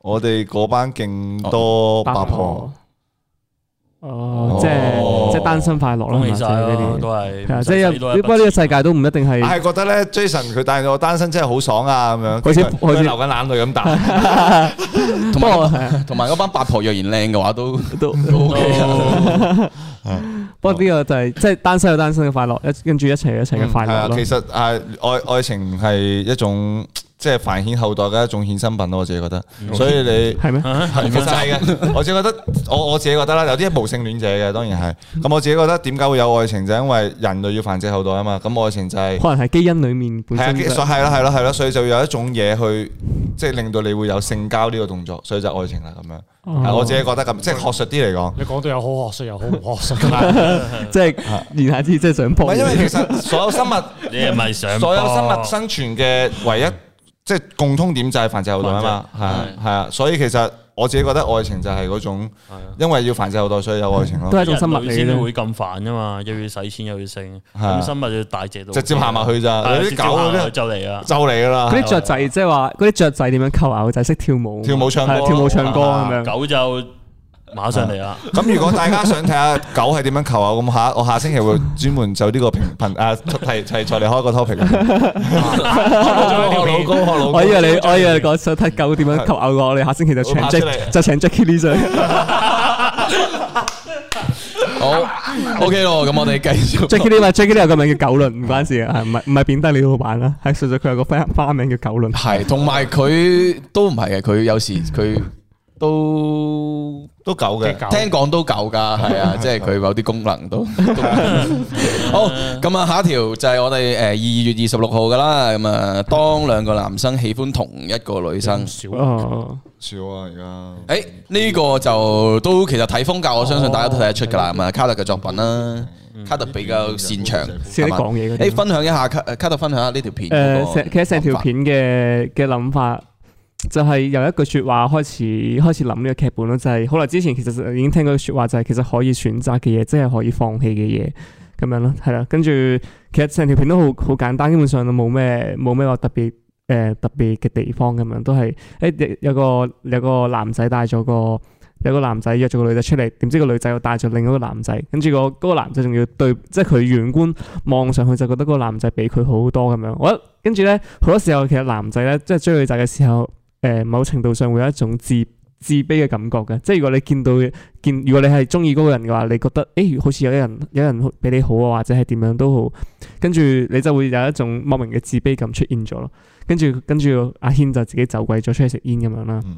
S5: 我哋嗰班勁多八婆。
S3: 哦，即係
S5: 哦
S3: 即係單身快樂啦，
S4: 恭
S3: 係
S4: 喜
S3: 嘛即
S4: 晒
S3: 係呢
S4: 啦，
S3: 啲
S4: 都係
S3: 係啊，
S4: 唔
S3: 即
S4: 使
S3: 係
S4: 使多
S3: 有
S4: 一
S3: 不過呢
S4: 筆
S3: 個
S4: 錢
S3: 世界都唔一定係 <laughs>
S5: 我 <laughs> 係覺得咧，Jason 佢帶我單身真係好爽啊，咁樣，
S3: 好似
S5: 佢
S3: 好似
S5: 佢流緊眼淚咁打，
S1: 同
S3: 啊
S1: <laughs> 埋同埋嗰班八婆若然靚嘅話，都都都 OK 啊。
S3: 不過呢個就係即係單身有單身嘅快樂，一跟住一齊有一齊嘅快
S5: 係
S3: 樂
S5: 啊，
S3: 咯
S5: 其。實啊，愛愛情係一種即係繁衍後代嘅一種衍生品咯，我自己覺得，
S3: 嗯
S5: 所
S3: <laughs>
S5: 以你。
S3: 係咩？
S5: 係其實
S3: <laughs>
S5: 係嘅，我自己覺得，我我自己覺得啦，有啲係無性戀者嘅，當
S3: <laughs>
S5: 然係。咁我自己覺得點解會有愛情，就係因為人類要繁殖後代啊嘛。咁愛情就係
S3: 可能係基因裡面本
S5: 係啊，
S3: 身
S5: 其
S3: 就
S5: 實係啦，係啦，係啦，所以就有一種嘢去，即係令到你會有性交呢個動作，所以就愛情啦咁樣。
S3: 哦
S5: 係我自己覺得咁，即係學術啲嚟講。
S2: 你講到有好學術又好唔學術，
S3: 即係言下之意即係想
S5: 唔
S3: 破。
S5: 係因為其實所有生物，
S4: 你係咪想
S5: 所有
S4: 搏
S5: 生物生存嘅唯一即係共通點就係繁殖後代啊嘛，係啊係啊，所以其實我自己覺得愛情就係嗰種，因為要繁殖後代，所以有愛情咯
S3: 都。係一種生物嚟嘅
S4: 人類先
S3: 啫。
S4: 會咁煩啫嘛，又要使錢又要剩，
S5: 啊
S4: 咁生物就要大隻到
S5: 直接行埋去咋，
S4: 係啊
S5: 有
S4: 直
S5: 啲
S4: 接
S5: 狗
S4: 行
S5: 嗰
S4: 埋去
S5: 啲
S4: 就嚟啦。
S5: 就嚟噶啦
S3: 嗰，啲雀仔即係話，嗰啲雀仔點樣扣咬就係識跳舞，
S5: 啊跳舞唱歌
S3: 係跳舞唱歌
S5: 啊
S3: 咁樣。
S4: 狗就馬上嚟啦，
S5: 咁如果大家想睇下狗係點樣求偶，咁下我下星期會專門就呢個評評啊題題材嚟開個 topic。啊
S2: 老公
S5: 學老
S3: 我以為你，我以為你講想睇狗點樣扣咬我，我哋下星期就請
S5: 我拍出嚟
S3: Jack 就請 Jackie Lee 上。
S1: 好 OK 咯，咁我哋繼續。
S3: Jackie Lee 咪 Jackie Lee 有個名叫九輪，唔關事啊嘅，係唔係唔係貶低你老闆啦，係純粹佢有個花花名叫九輪。
S1: 系，同埋佢都唔係嘅，佢有時佢都
S5: 都狗嘅，
S1: 聽講都夠㗎，係啊，即係佢有啲功能都。都好，咁啊，下一條就係我哋诶二月二十六號㗎啦，咁啊，當兩個男生喜歡同一個女生。
S2: 少
S5: 啊
S3: 哦，
S5: 少啊而
S1: 诶，呢個就都其實睇風格，我相信大家都睇得出㗎啦。咁啊，卡特嘅作品啦，卡特比較擅長，
S3: 識
S1: 係
S3: 得
S1: 嘛
S3: 講嘢
S1: 誒
S3: 嗰啲。
S1: 分享一下卡卡特分享下呢條片嗰
S3: 誒，
S1: 個
S3: 呃成其實成條片嘅嘅諗法就係由一句説話開始開始諗呢個劇本咯，就係好耐之前其實已經聽過句説話，就係其實可以選擇嘅嘢，即係可以放棄嘅嘢咁樣咯，係啦。跟住其實成條片都好好簡單，基本上都冇咩冇咩話特別。誒、特別嘅地方咁樣，都係誒有有個有個男仔帶咗個有個男仔約咗個女仔出嚟，點知個女仔又帶咗另一個男仔，跟住個嗰個男仔仲要對，即係佢遠觀望上去就覺得個男仔比佢好好多咁樣。我覺得跟住咧，好多時候其實男仔咧，即係追女仔嘅時候，誒、呃某程度上會有一種自自卑嘅感覺嘅。即係如果你見到見，如果你係中意嗰個人嘅話，你覺得誒、好似有人有人比你好啊，或者係點樣都好，跟住你就會有一種莫名嘅自卑感出現咗咯。跟住跟住阿軒就自己走鬼咗出去食煙咁樣啦。
S5: 嗯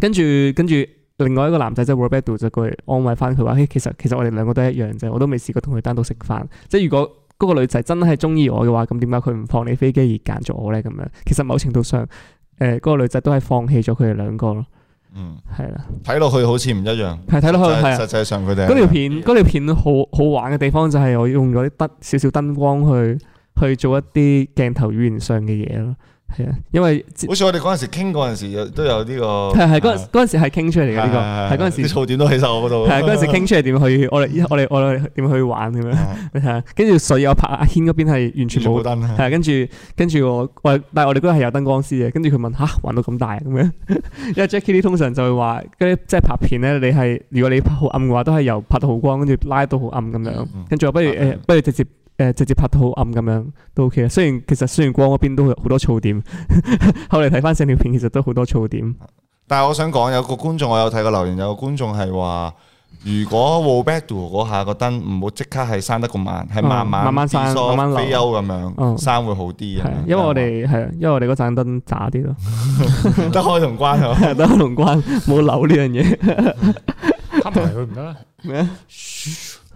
S3: 跟住跟住。另外一個男仔即係 Roberto 就過嚟安慰翻佢話：，嘿其實其實我哋兩個都一樣啫，我都未試過同佢單獨食飯。即係如果嗰個女仔真係中意我嘅話，咁點解佢唔放你飛機而揀咗我咧？咁樣其實某程度上，誒、嗰、個女仔都係放棄咗佢哋兩個咯，
S5: 嗯，
S3: 係啦，
S5: 睇落去好似唔一樣，
S3: 係睇落去係
S5: 但係
S3: 啊
S5: 實。際上佢哋係
S3: 嗰條片嗰條片好好玩嘅地方就係我用咗啲燈少少燈光去去做一啲鏡頭語言上嘅嘢咯，係啊，因為
S5: 好似我哋嗰陣時傾嗰陣時有都有呢個
S3: 係係嗰陣嗰陣時係傾出嚟嘅呢啊個，係嗰陣時
S5: 啲槽點都喺晒我嗰度。
S3: 係啊，嗰陣時傾出嚟點去，我哋我哋我哋點去玩咁樣，係啊，跟住所以我拍阿軒嗰邊係完全
S5: 全
S3: 冇
S5: 部。燈
S3: 係啊，跟住跟住我我但係我哋嗰日係有燈光師嘅，跟住佢問吓玩到咁大啊咁樣， <laughs> 因為 Jackie Lee 通常就會話嗰啲即係拍片咧，你係如果你拍好暗嘅話，都係由拍到好光，跟住拉到好暗咁樣
S5: 嗯，
S3: 跟住我不如誒、呃不如直接。誒、直接拍到好暗咁樣都 OK 啊，雖然其實雖然光嗰邊都有好多噪點， <laughs> 後嚟睇翻成條片其實都好多噪點。
S5: 但係我想講有個觀眾，我有睇過留言，有個觀眾係話：如果 w o b e d o 嗰下個燈唔好即刻係閂得咁慢，係
S3: 嗯
S5: 慢
S3: 慢慢閂
S5: dissolve，
S3: 慢慢流
S5: 飛休咁樣
S3: 嗯
S5: 閂會好啲
S3: 係
S5: 咁
S3: 啊
S5: 樣。
S3: 因為我哋係啊，因為我哋嗰盞燈渣啲咯，
S5: 得開同關啊。
S3: 係燈同關冇扭呢樣嘢。
S2: 黑埋佢唔得啦，
S3: 咩
S5: <laughs>
S3: 啊？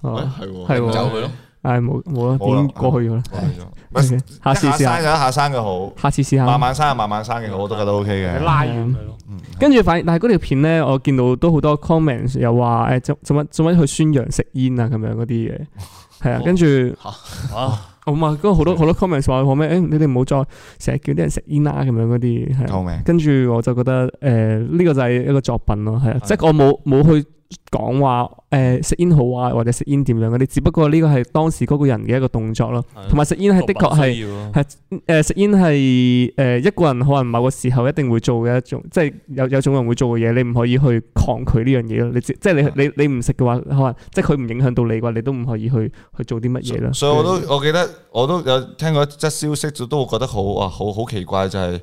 S3: 哦，
S5: 係喎
S3: 係喎
S1: 走佢咯。
S3: 唉冇冇啊，
S5: 冇
S3: 已
S5: 啦
S3: 經過去咗啦。
S5: 喂
S3: OK，下次試
S5: 一
S3: 下
S5: 生，就一下生嘅好，
S3: 下次試下。
S5: 慢慢生就慢慢生嘅好，我都覺得 OK
S2: 你
S5: 嘅。
S2: 拉遠佢咯。
S3: 跟住反，但係嗰條片咧，我見到都好多 comments 又話誒，做做乜做乜去宣揚食煙啊咁樣嗰啲嘢，係啊，跟住
S4: 啊，
S3: 我咪嗰好多好多 comments 話我咩誒，你哋唔好再成日叫啲人食煙啊咁樣嗰啲，係啊
S5: 救命！
S3: 跟住我就覺得誒呢個就係一個作品咯，係啊，即係我冇冇去講話誒食煙好啊，或者食煙點樣嗰啲，只不過呢個係當時嗰個人嘅一個動作咯，同埋食煙啊係的確係。
S4: 係
S3: 係誒食煙係誒一個人可能某個時候一定會做嘅一種，即係有有種人會做嘅嘢，你唔可以去抗拒呢樣嘢咯。你只即係你你你唔食嘅話，可能即係佢唔影響到你嘅話，你都唔可以去去做啲乜嘢啦。
S5: 所以我都我記得我都有聽過一則消息，都都覺得好啊，好好奇怪就係、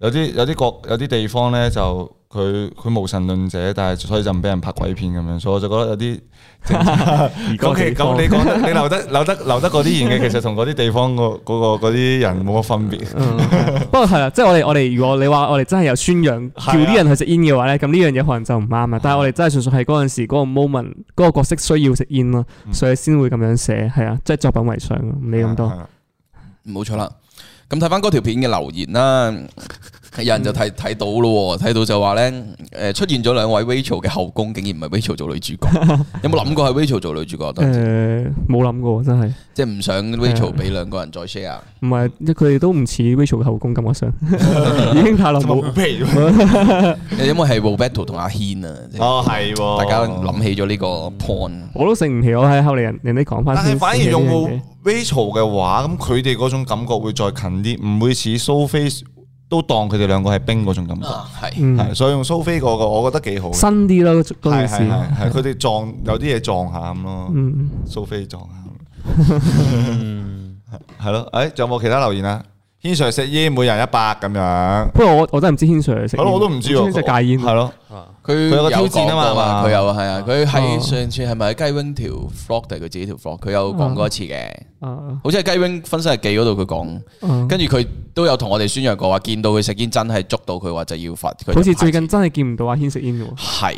S5: 有啲有啲國有啲地方咧就佢佢無神論者，但係所以就唔俾人拍鬼片咁樣，所以我就覺得有啲
S3: <laughs> 而家
S5: <laughs> 咁其
S3: 地方
S5: 咁你講得你留得留得留得嗰啲言嘅，其實同嗰啲地方個嗰個嗰啲人冇乜分別。
S3: 嗯 <laughs> 不過係啦，即係我哋我哋如果你話我哋真係有宣揚叫
S5: 係啊
S3: 啲人去食煙嘅話咧，咁呢樣嘢可能就唔啱啦。啊但係我哋真係純粹係嗰陣時嗰個 moment 嗰個角色需要食煙咯，
S5: 嗯
S3: 所以先會咁樣寫係啊，即係作品為上咯，唔理咁
S5: <laughs>
S3: 多。
S5: 係啦
S1: 冇錯啦。咁睇翻嗰條片嘅留言啦，有人就
S5: 嗯
S1: 睇睇到咯喎，睇到就話咧，誒出現咗兩位 Rachel 嘅後宮，竟然唔係 Rachel 做女主
S5: <laughs>
S1: 角，有冇諗過係 Rachel 做女主角？當
S5: 嗯
S1: 時
S5: 啊
S3: 誒冇諗過真係，
S1: 即係唔想 Rachel 俾兩個人再 share。啊
S3: 唔係佢哋都唔似 Rachel 嘅後宮感覺啊
S5: <laughs>
S3: 上，已經太耐
S5: 同
S3: 冇
S5: 埋冇皮喎
S1: 因為係 Roberto 同阿軒啊，即係
S5: 哦係喎，
S1: 大家諗起咗呢個 point。
S3: 我都食唔起，我喺後嚟人人哋講翻
S5: 但
S3: 啊先。
S5: 係反而用
S3: 我，
S5: Rachel 嘅話，咁佢哋嗰種感覺會再近啲，唔會似蘇菲都當佢哋兩個係冰嗰種感覺。
S1: 啊，係。
S3: 嗯，
S5: 係，所以用蘇菲嗰個，我覺得幾好嘅。
S3: 新啲咯嗰件
S5: 係
S3: 事，
S5: 係係係佢哋撞有啲嘢撞下咁咯，
S3: 嗯，
S5: 蘇菲撞下咁。係咯， <laughs> 誒，仲有冇其他留言啊？軒 Sir 食煙，每人一百咁樣。
S3: 不過我我真係唔知軒 Sir 食
S5: 係
S3: 煙，
S5: 咯，我都唔知
S3: 軒
S5: 喎。
S3: Sir 戒煙，
S5: 係咯，
S1: 佢
S5: 佢有個挑
S1: 講
S5: 戰啊嘛
S1: 過
S5: 嘛
S1: 佢有係啊，佢喺
S3: 哦
S1: 上次係咪喺雞 wing 條 vlog 定係佢自己條 vlog？佢有講過一次嘅，
S3: 啊
S1: 好似係雞 wing 分身日記嗰度佢講。
S3: 啊
S1: 跟住佢都有同我哋宣揚過話，見到佢食煙真係捉到佢話就要罰佢。
S3: 好似最近真係見唔到阿軒食煙嘅喎。
S1: 係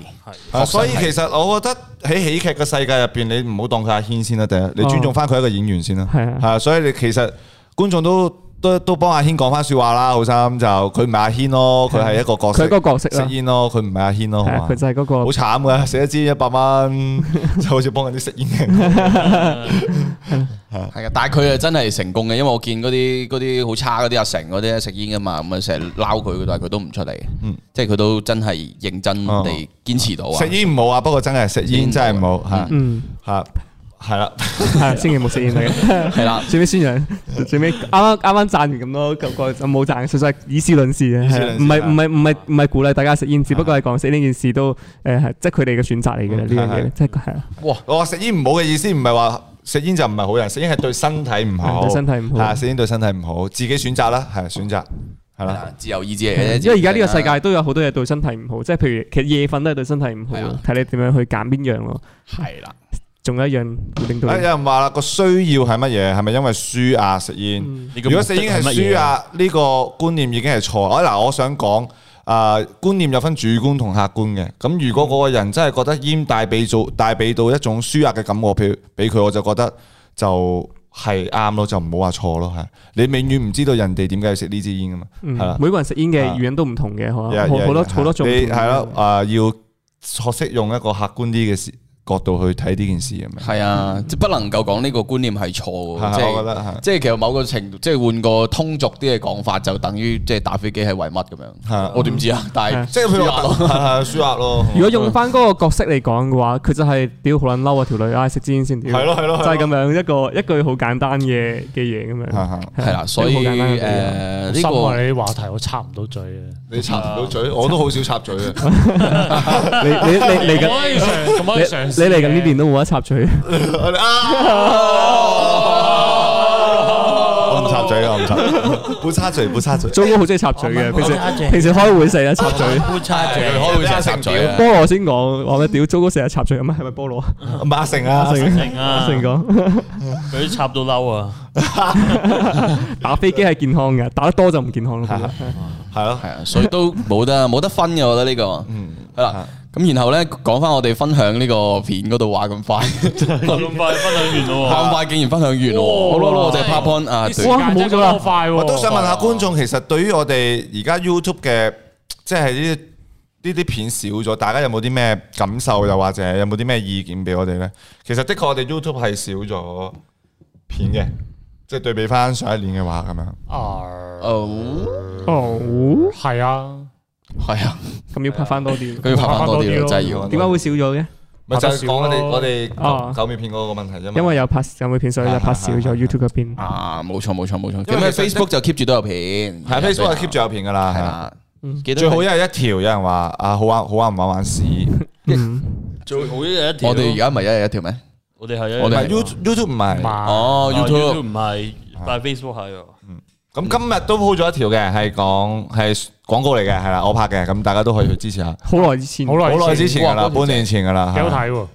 S5: 啊所以其實我覺得喺喜劇嘅世界入邊，你唔好當佢阿軒先啦，第一，你尊重翻佢一個演員先啦。
S3: 哦係啊
S5: 係啊，所以你其實觀眾都都都幫阿軒講翻説話啦，好心就佢唔係阿軒咯，佢係一個角
S3: 啊佢
S5: 色
S3: 嗰個角色
S5: 哦食
S3: 啦，
S5: 煙咯，佢唔係阿軒咯，好
S3: 係
S5: 嘛
S3: 啊，佢就係嗰個
S5: 好慘噶，食一支一
S3: <laughs>
S5: 百蚊，就好似幫緊啲食煙嘅人。
S1: 係啊，但係佢啊真係成功嘅，因為我見嗰啲嗰啲好差嗰啲阿成嗰啲食煙噶嘛，咁啊成日撈佢，但係佢都唔出嚟，即係佢都真係認真地堅持到啊。
S5: 嗯食煙唔好啊，不過真係食煙真係唔好吓
S3: 嗯，
S5: 吓系啦， <laughs>
S3: 係啊千祈冇食煙嚟嘅。
S1: 係啦，
S3: 最尾宣揚，最尾啱啱啱啱讚完咁多，咁個冇讚，純粹係以事論事
S5: 以
S3: 嘅，
S5: 事
S3: 係
S5: 論
S3: 啊
S5: 事
S3: 唔係
S5: 啊
S3: 唔係唔係唔係鼓勵大家食煙，只不過係講食呢件事都誒係，即係佢哋嘅選擇嚟嘅呢樣
S5: 嗯係係
S3: 嘢，即係係啊。
S1: 哇！
S5: 我話食煙唔好嘅意思唔係話食煙就唔係好人，食煙係對身體唔好，
S3: 係啊對身體唔好
S5: 係食煙對身體唔好，自己選擇啦，係選擇係啦。
S1: 自由意志嚟嘅啫，
S3: 啊因為而家呢個世界都有好多嘢對身體唔好，即係譬如其實夜瞓都係對身體唔好
S1: 係啊，
S3: 睇你點樣去揀邊樣咯。
S1: 係啦，
S3: 仲有一樣會令
S5: 啊
S3: 到
S5: 有
S3: 你
S5: 人話啦，個需要係乜嘢？係咪因為輸壓食煙？
S3: 嗯
S5: 如果食煙係輸
S3: 啊
S4: 啊
S5: 壓，呢個觀念已經係錯。啊嗱，我想講啊、觀念有分主觀同客觀嘅。咁如果嗰個人真係覺得煙帶俾做帶俾到一種輸壓嘅感覺，譬如俾佢，我就覺得就係啱咯，就唔好話錯咯。係你永遠唔知道人哋點解要食呢支煙噶嘛，
S3: 嗯
S5: 係啦。
S3: 每個人食煙
S5: 係啊
S3: 嘅原因都唔同嘅，可
S5: Yeah,
S3: 能好
S5: yeah,
S3: 好多
S5: yeah，
S3: 好多種唔
S5: 你
S3: 同嘅。
S5: 係咯，啊要學識用一個客觀啲嘅視角度去睇呢件事咁樣。
S1: 係啊，即係不能夠講呢個觀念係錯
S3: 哦
S1: 嘅，即
S5: 係 <laughs> 我覺
S1: 係
S5: 得係
S1: 即係其實某個程度，即係換個通俗啲嘅講法，就等於即係打飛機係為乜咁樣？
S5: 係啊
S1: 我點知啊？但 <laughs> 係
S3: 係
S5: 即係譬如
S1: 輸壓
S5: 話
S1: 咯
S5: 係 <laughs> 係輸壓咯。
S3: 如果用翻嗰個角色嚟講嘅話，佢就係屌好撚嬲啊條女，唉食支煙先屌，
S5: 係咯係咯係咯啊
S3: 就係咁樣一個一句好簡單嘅嘅嘢咁樣。
S5: 係係
S1: 係啦，所以
S3: 好簡單嘅
S1: 誒
S3: 道理啊
S1: 呢
S2: 深
S1: 個
S2: 啊！你啲話題我插唔到嘴嘅。
S5: 你插唔到嘴，我都好少插嘴嘅。
S3: 你你你嚟
S2: 咁可以
S3: 緊，
S2: 嘗咁可以嘗試
S3: 你你嚟緊呢年都冇得插
S5: <laughs>
S3: 嘴。
S2: Ờ.
S5: 我唔插嘴嘅，我唔插，不插嘴，不插嘴。
S3: 糟哥好中意插嘴嘅，
S4: 我
S3: 平時
S4: 明
S3: 平時開會成日插嘴。
S4: 好差
S1: 佢開會成日插嘴啊
S3: 菠！蘿先講話咩屌，糟哥成日插嘴，咁係咪菠蘿？
S5: 馬成啊，
S4: 成啊，
S3: 成講
S4: 佢都插到嬲啊！
S3: 打飛機係健康嘅，打得多就唔健康啦。
S5: 係咯，
S1: 係啊，所以都冇得冇得分嘅，我覺得呢個。嗯，係啦。咁然後咧，講翻我哋分享呢個片嗰度話咁
S5: <laughs>
S1: 快，
S4: 咁快分享完咯
S1: 咁快竟然分享完喎！
S2: 哇
S1: 好咯，我哋 part point 啊，
S2: 啲時
S1: 對
S2: 間
S3: 哇冇咗
S2: 真係
S3: 啦
S2: 好快喎！
S5: 我都想問下觀眾，其實對於我哋而家 YouTube 嘅，即係呢啲呢啲片少咗，大家有冇啲咩感受，又或者有冇啲咩意見俾我哋咧？其實的確我哋 YouTube 係少咗片嘅，即係對比翻上一年嘅話咁樣。
S2: 啊，
S1: Ờ. 哦，
S3: 哦，
S2: 係啊，
S1: 係啊，啊
S3: 咁要拍翻多啲，
S1: 佢要拍翻多啲咯，真係要。
S3: 點解會少咗嘅？
S5: 咪就
S2: 拍
S5: 係
S2: 得
S5: 講
S2: 少
S5: 我哋
S2: 咯
S5: 我哋
S3: 哦
S5: 九九秒片嗰個問題啫嘛。
S3: 因為有拍有冇片，所以就拍少咗 YouTube 嗰邊。
S1: 啊，冇錯冇錯冇錯。
S5: 因
S1: 咁
S5: 為
S1: 啊
S5: 其實
S1: ，Facebook 就 keep 住都有片，
S5: 係啊 Facebook 係 keep 住有片噶啦，
S1: 係啊
S5: 係啊啦。
S1: 啦，記得
S5: 最好一係一條，有人話啊好玩好玩唔玩玩屎。
S3: 嗯，
S4: 最好一日一條。
S1: 我哋而家咪一日一條咩？
S4: 我哋係
S1: 我
S5: 唔
S1: 哋
S5: 係
S1: 係
S5: YouTube YouTube 唔係。
S1: 哦，YouTube
S4: 啊唔係，但係 Facebook 係啊喎。
S5: 咁今日都鋪咗一條嘅，係講係廣告嚟嘅，係啦，我拍嘅，咁大家都可以去支持下。
S3: 好耐以前，
S2: 好耐
S5: 好耐之前噶啦，
S1: 哇嗰條
S5: 半年前噶啦，
S2: 幾好睇喎，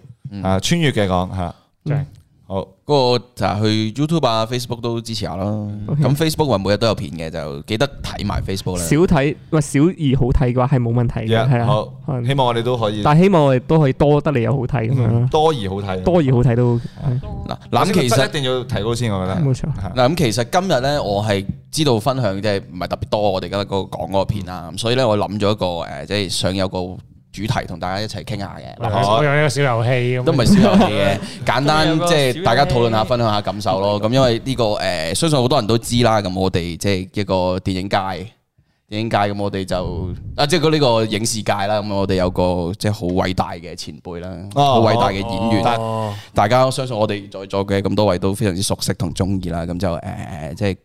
S5: 係啊，穿越嘅講係啦，
S2: 真係
S5: 好
S1: 嗰個就係去 YouTube 啊、Facebook 都支持下啦。咁 Facebook 話每日都有片嘅，就記得睇埋 Facebook 啦。
S3: 少睇，喂少而好睇嘅話係冇問題嘅，係
S5: Yeah，
S3: 啦。可
S5: 好，
S3: 能
S5: 希望我哋都可以
S3: 但係希望我哋都可以多得嚟又好睇咁
S1: 嗯
S3: 樣啦，
S5: 多而好睇，
S3: 多而好睇都
S1: 嗱，嗱咁其實
S5: 一。定要提高先，
S1: 啊
S5: 我覺得
S3: 冇錯。
S5: 係
S1: 嗱咁其實今日咧，我係知道分享即係唔係特別多，我哋今日嗰個講嗰個片啦，咁所以咧我諗咗一個誒，即係想有個主題同大家一齊傾下嘅，
S5: 好
S2: 我有呢個小遊戲咁，
S1: 都唔係少有
S4: <laughs>
S1: 嘅，簡單
S4: 有個
S1: 即係大家討論下、分享下感受咯。咁因為呢個誒，相信好多人都知啦。咁我哋即係一個電影界，電影界咁我哋就啊，即係呢個影視界啦。咁我哋有個即係好偉大嘅前輩啦，好
S5: 哦
S1: 偉大嘅演員。
S4: 哦
S1: 大家相信我哋在座嘅咁多位都非常之熟悉同中意啦，咁就誒、即係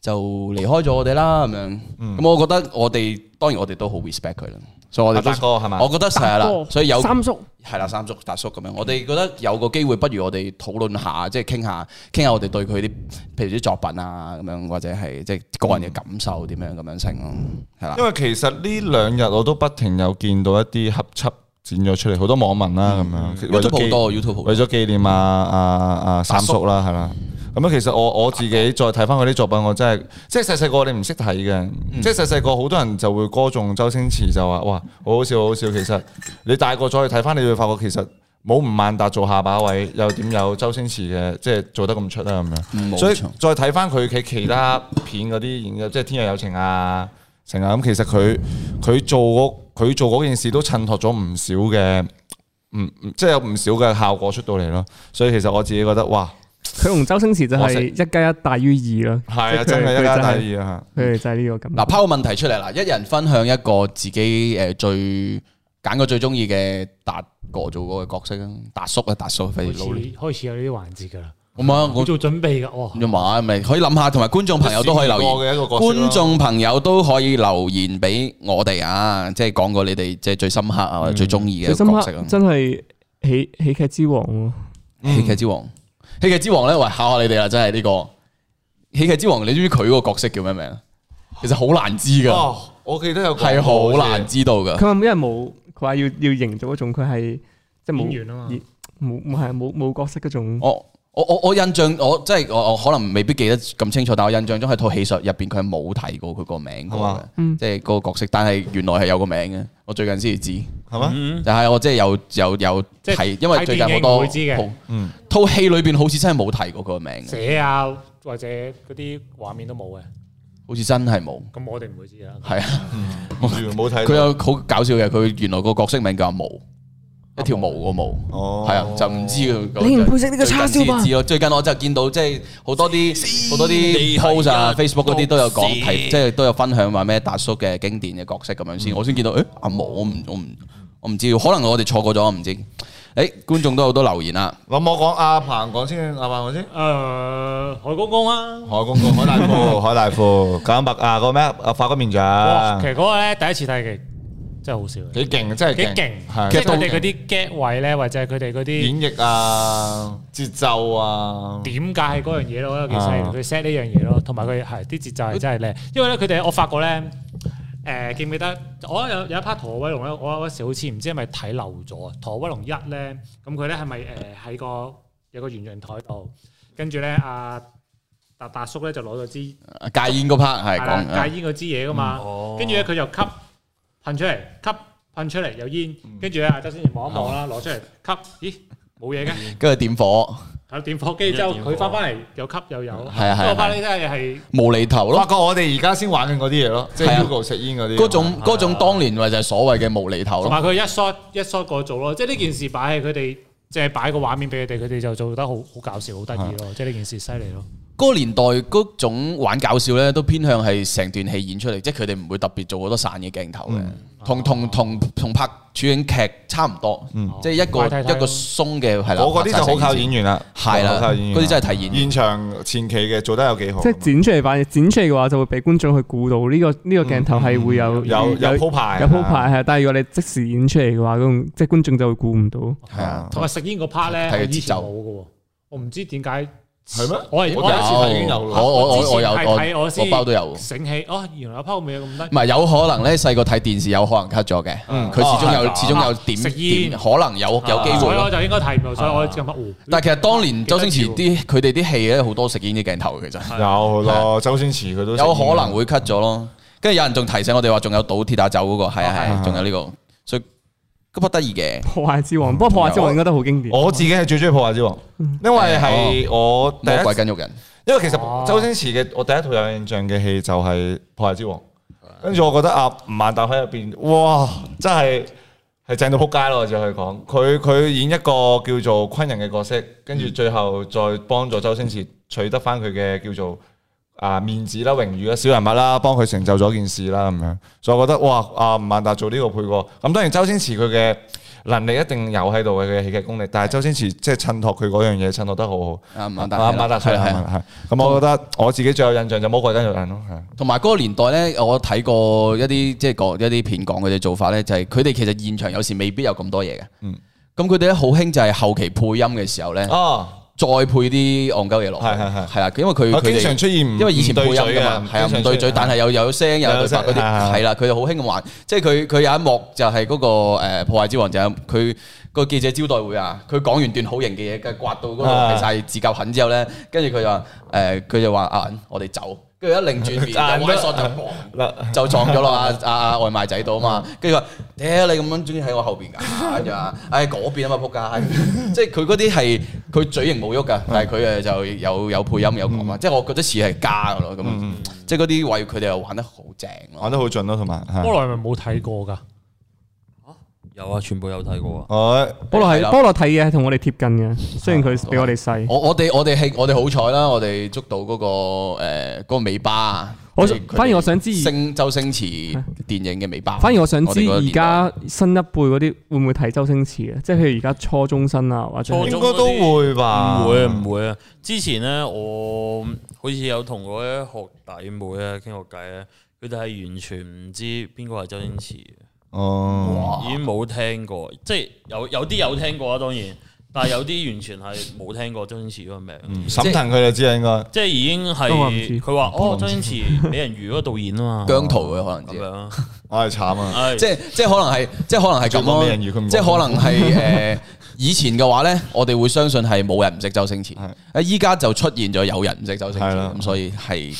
S1: 就離開咗我哋啦咁樣。咁、
S4: 嗯
S1: 我覺得我哋當然我哋都好 respect 佢啦，所以我哋
S5: 阿
S1: 都
S5: 達哥係嘛
S1: 我覺得係啦，所以有
S3: 三叔
S1: 係啦，哦三叔達叔咁樣，我哋覺得有個機會，不如我哋討論下，即係傾下傾下我哋對佢啲譬如啲作品啊咁樣，或者係即係個人嘅感受點樣咁樣成咯，係啦
S5: 因。為其實呢兩日我都不停有見到一啲合輯剪咗出嚟，好多網民啦咁樣，為咗
S1: YouTube 好
S5: 紀
S1: 多，YouTube 好多
S5: 為咗紀念啊啊啊三叔啦，係啦。咁啊，其實我我自己再睇翻佢啲作品，我真係即係細細個你唔識睇嘅，即係細細個好多人就會歌頌周星馳就話哇好好笑好好笑，其實你大個再去睇翻，你會發覺其實冇吳孟達做下把位，又點有周星馳嘅即係做得咁出啊啦咁樣。
S1: 嗯冇
S5: 所以
S1: 錯
S5: 再睇翻佢嘅其他片嗰啲演嘅，即係《天若有情》啊，成啊咁，其實佢佢做嗰佢做嗰件事都襯托咗唔少嘅，唔唔即係有唔少嘅效果出到嚟咯。所以其實我自己覺得，哇，
S3: 佢同周星馳就
S5: 可
S3: 係
S5: 惜
S3: 一加一大於二啦，
S5: 係啊，
S3: 即係
S5: 真
S3: 佢
S5: 係一家
S3: 佢
S5: 大
S3: 就係
S5: 二啊！
S3: 佢哋就係呢個感覺。
S1: 嗱，拋個問題出嚟啦，一人分享一個自己誒最揀個最中意嘅達哥做過嘅角色啊，達叔啊，達叔費
S2: 開
S1: 事撈亂。
S2: 始開始有呢啲環節㗎啦，
S1: 咁啊，
S2: 我
S1: 我
S2: 做準備㗎，哦，
S1: 咁啊咪可以諗下，同埋觀眾朋友都可以留
S5: 都試過
S1: 言。
S5: 嘅一個角色咯
S1: 觀眾朋友都可以留言俾我哋啊，即係講過你哋即係最深刻
S5: 嗯
S1: 啊，或者最中意嘅
S3: 最深
S1: 角色
S3: 刻
S1: 啊。嗯
S3: 真係喜喜劇之王喎，
S5: 嗯
S1: 喜劇之王，喜劇之王咧，喂，考下你哋啦，真係呢個喜劇之王，你知唔知佢個角色叫咩名啊？其實好難知噶，
S5: 哦，我記得有
S1: 啊係啊好難知道噶。
S3: 佢話因為冇，佢話要要營造嗰種佢係即係
S2: 演
S3: 冇
S2: 員啊嘛，
S3: 冇冇係冇冇角色嗰種。
S1: 我我我我印象我即係我我可能未必記得咁清楚，但我印象中喺套戲術入邊佢係冇提過佢個名
S5: 係嘛
S1: 過
S3: 嗯
S1: 嘅，即係嗰個角色。但係原來係有個名嘅，我最近先至知。
S5: 係嘛？
S4: 嗯，
S1: 但係我即係有有有
S2: 即係
S1: 提，因為最近好
S2: 睇電影唔
S1: 多
S2: 會知嘅
S1: 套
S5: 嗯
S1: 套戲裏邊好似真係冇提過佢個名嘅，
S2: 寫啊或者嗰啲畫面都冇嘅，
S1: 好似真係冇。
S2: 咁我哋唔會知啦。
S1: 係啊，
S5: 冇住嗯冇睇到
S1: 佢有好搞笑嘅，佢原來個角色名叫阿毛，一條毛個毛。
S5: 哦，
S1: 係啊，就唔知佢。
S3: 你唔配食呢個叉燒飯
S1: 最近先知咯，最近我就見到即係好多啲好多啲
S4: 你係
S1: post 啊、
S4: 一個
S1: Facebook 嗰啲都有講
S4: 蛇
S1: 提，即係都有分享話咩達叔嘅經典嘅角色咁樣先，我先見到誒阿毛，我唔我唔我唔知，可能我哋錯過咗，我唔知。誒觀眾都有好多留言啊啦，
S5: 咁我講阿彭講先，阿彭講先。
S2: 誒，海公公啊，
S5: 海公公、海大富、 <laughs> 海大富、九眼白啊，個咩啊？法國面
S2: 哇，
S5: 長
S2: 其，實嗰個咧第一次睇嘅真係好笑嘅，
S5: 幾勁，真係
S2: 幾
S5: 勁，
S2: 勁，
S5: 係
S2: 即係佢哋嗰啲 get 位咧，或者係佢哋嗰啲
S5: 演繹啊、節奏啊，
S2: 點解係嗰樣嘢咯？其實
S5: 啊
S2: 佢 set 呢樣嘢咯，同埋佢係啲節奏係真係靚。因為咧，佢哋我發覺咧，誒記唔記得？我有有一 part《陀威龍》咧，我嗰時好似唔知係咪睇漏咗啊，《陀威龍一》咧，咁佢咧係咪誒喺個有個圓形台度，跟住咧阿達達叔咧就攞咗支
S1: 戒煙嗰 part 係
S2: 係啦
S1: 講啊
S2: 戒煙嗰支嘢噶嘛，
S4: 哦
S2: 跟住咧佢就吸噴出嚟，吸噴出嚟有煙，跟住咧阿周星馳望一望啦，攞出嚟吸，咦冇嘢嘅。
S1: 跟住點火
S2: 有電火機之後，佢翻翻嚟又吸又有，
S1: 係啊係啊
S2: 我翻呢真係係
S1: 無厘頭咯，
S5: 發覺我哋而家先玩緊嗰啲嘢咯，即
S1: 係
S5: 係
S1: 啊
S5: Hugo 食煙嗰啲
S1: 嗰
S2: 啊
S1: 種嗰種當年咪就係所謂嘅無厘頭
S2: 同
S1: 咯，
S2: 埋佢一 shot 一 shot 過做咯，即係呢件事擺喺佢哋，即係擺個畫面俾佢哋，佢哋就做得好好搞笑，好得意咯，即係呢件事犀利咯。
S1: 嗰個年代嗰種玩搞笑咧，都偏向係成段戲演出嚟，即係佢哋唔會特別做好多散嘅鏡頭
S2: 嗯
S1: 嘅，同同同同拍處境劇差唔多，即係一個
S2: 快嗯睇睇咯
S1: 一個鬆嘅係啦。
S5: 我嗰啲就好靠演
S1: 員，
S5: 員啦，
S1: 係
S5: 好靠
S1: 啦，
S5: 演員嗯
S1: 嗰啲真係睇演員。
S5: 現場前期嘅做得有幾好，
S3: 即係剪出嚟反而剪出嚟嘅話，就會俾觀眾去估到呢個呢個鏡頭係會有
S5: 有有鋪排，啊
S3: 有鋪排係，但係如果你即時演出嚟嘅話，咁即係觀眾就會估唔到。
S5: 係
S2: 嗯
S5: 啊，
S2: 同埋食煙嗰 part 咧，
S1: 睇佢
S2: 我以
S1: 節
S2: 前
S1: 奏
S2: 冇嘅喎，我唔知點解。
S5: 係咩
S2: 我係
S1: 有
S2: 我有一次睇已經有
S1: 我
S2: 啦
S1: 我我我
S2: 之
S1: 有
S2: 前係睇
S1: 我
S2: 我先
S1: 我包都有。
S2: 醒起，哦，原來有 part 味咁得
S1: 唔。係有可能咧，細個睇電視有可能 cut 咗嘅，
S2: 嗯
S1: 佢始終有
S5: 哦
S1: 始終有
S2: 食
S1: 點
S2: 煙
S1: 點可能有有機
S2: 所
S1: 會
S2: 以我
S1: 咯。
S2: 就應該睇唔到，所以我咁乜
S1: 但係其實當年周星馳啲佢哋啲戲咧好多食煙啲鏡頭嘅，其實
S5: 有好多周星馳佢都啊
S1: 有可能會 cut 咗咯。跟住有人仲提醒我哋話，仲有倒鐵打酒嗰個，係啊係啊，
S5: 係
S1: 仲有呢個，所以嗰筆得意嘅。
S3: 破壞之王，不過破壞之王應該都好經典。
S5: 我自己係最中意破壞之王，
S3: 嗯
S5: 因為係我第
S1: 魔鬼
S5: 一，
S1: 跟肉人，
S5: 因為其實周星馳嘅我第一套有印象嘅戲就係破壞之王，跟住我覺得啊吳孟達喺入邊，哇真係係正到撲街咯，我只可以講，佢佢演一個叫做昆人嘅角色，跟住最後再幫助周星馳取得翻佢嘅叫做。啊面子啦、榮譽啦、小人物啦，幫佢成就咗件事啦咁樣，所以我覺得哇，阿吳孟達做呢個配角，咁當然周星馳佢嘅能力一定有喺度嘅佢嘅喜劇功力，但係周星馳即係襯托佢嗰樣嘢襯托得好好。
S1: 啊孟達
S5: 啊孟達
S1: 係
S5: 係
S1: 啦係
S5: 係
S1: 啦
S5: 係，咁我覺得我自己最有印象就魔鬼跟肉人咯，係
S1: 同埋嗰個年代咧，我睇過一啲即係講一啲片講佢哋做法咧，就係佢哋其實現場有時未必有咁多嘢嘅。
S5: 嗯
S1: 咁佢哋咧好興就係後期配音嘅時候咧，
S5: 哦，
S1: 再配啲戇鳩嘢落去。
S5: 係係係
S1: 係啦，因為佢
S5: 我
S1: 佢
S5: 經常
S1: 哋
S5: 出現唔
S1: 因為以前配音
S5: 唔對嘴
S1: 㗎嘛，係啊唔對嘴，但係又有聲又有對白嗰
S5: 有聲係
S1: 啲，
S5: 係
S1: 係啦，佢哋好興咁玩。即係佢佢有一幕就係嗰個誒破壞之王就係佢個記者招待會啊，佢講完段好型嘅嘢，跟住刮到嗰度
S5: 啊
S1: 係晒自救痕之後咧，跟住佢就話誒佢就話啊我哋走，跟住一擰轉面
S5: <laughs> 但
S1: 就歪索就砰就撞
S3: <laughs>
S1: 咗落阿阿阿外賣仔度啊嘛，
S3: 嗯
S1: 跟住話：，屌你咁樣，中意喺我後邊㗎，跟住話：， <laughs> 唉嗰邊啊嘛，仆街！ <laughs> 即係佢嗰啲係佢嘴型冇喐
S3: 嗯
S1: 㗎，但係佢誒呃就有有配音有講啊嘛，即係我覺得似係加㗎咯，
S3: 嗯
S1: 咁即係嗰啲位佢哋又玩得好正咯。
S5: 玩得好盡咯，同埋係
S2: 菠蘿係咪冇睇過㗎？
S4: 有啊，全部有睇過啊。
S5: 我
S3: 菠蘿
S1: 係
S3: 係
S1: 啦
S3: 菠蘿睇嘢係同我哋貼近嘅，雖然佢比我哋細。
S1: 我我哋我哋係我哋好彩啦，我哋捉到嗰個誒嗰個尾巴。
S3: 我
S1: 即係佢哋
S3: 反而我想知
S1: 星周星馳電影嘅尾巴。
S3: 反而我想知
S1: 啊哋嗰個
S3: 而
S1: 年代
S3: 家新一輩嗰啲會唔會睇周星馳嘅？啊即係譬如而家初中生啊，或者
S4: 初
S5: 應該都會吧，
S4: 唔會啊，唔會啊！之前咧，我好似有同嗰啲學弟妹咧傾過偈咧，佢哋係完全唔知邊個係周星馳嘅，
S5: 哦，
S4: 已經冇聽過，即係有有啲有聽過啊，當然，但係有啲完全係冇聽過周星馳嗰個名，啊
S5: 沈嗯騰佢就知啊啦，應該
S4: 即係已經
S3: 都話唔
S4: 係
S3: 知
S4: 佢話哦，周星馳俾人魚嗰個導演啊嘛，
S1: 姜濤嘅可能
S4: 咁
S1: 知。
S4: 樣啊，
S5: 我係慘啊，
S1: <laughs>
S4: 唉
S1: 即係即係可能係即係可能係咁
S5: 最講
S1: 咯
S5: 咩人語佢唔講，
S1: 即係可能
S5: <laughs>
S1: 係誒、呃以前嘅話咧，我哋會相信係冇人唔識周星馳
S5: 係，
S1: 啊依家就出現咗有人唔識周星馳，
S5: 係啦
S1: 咁所以係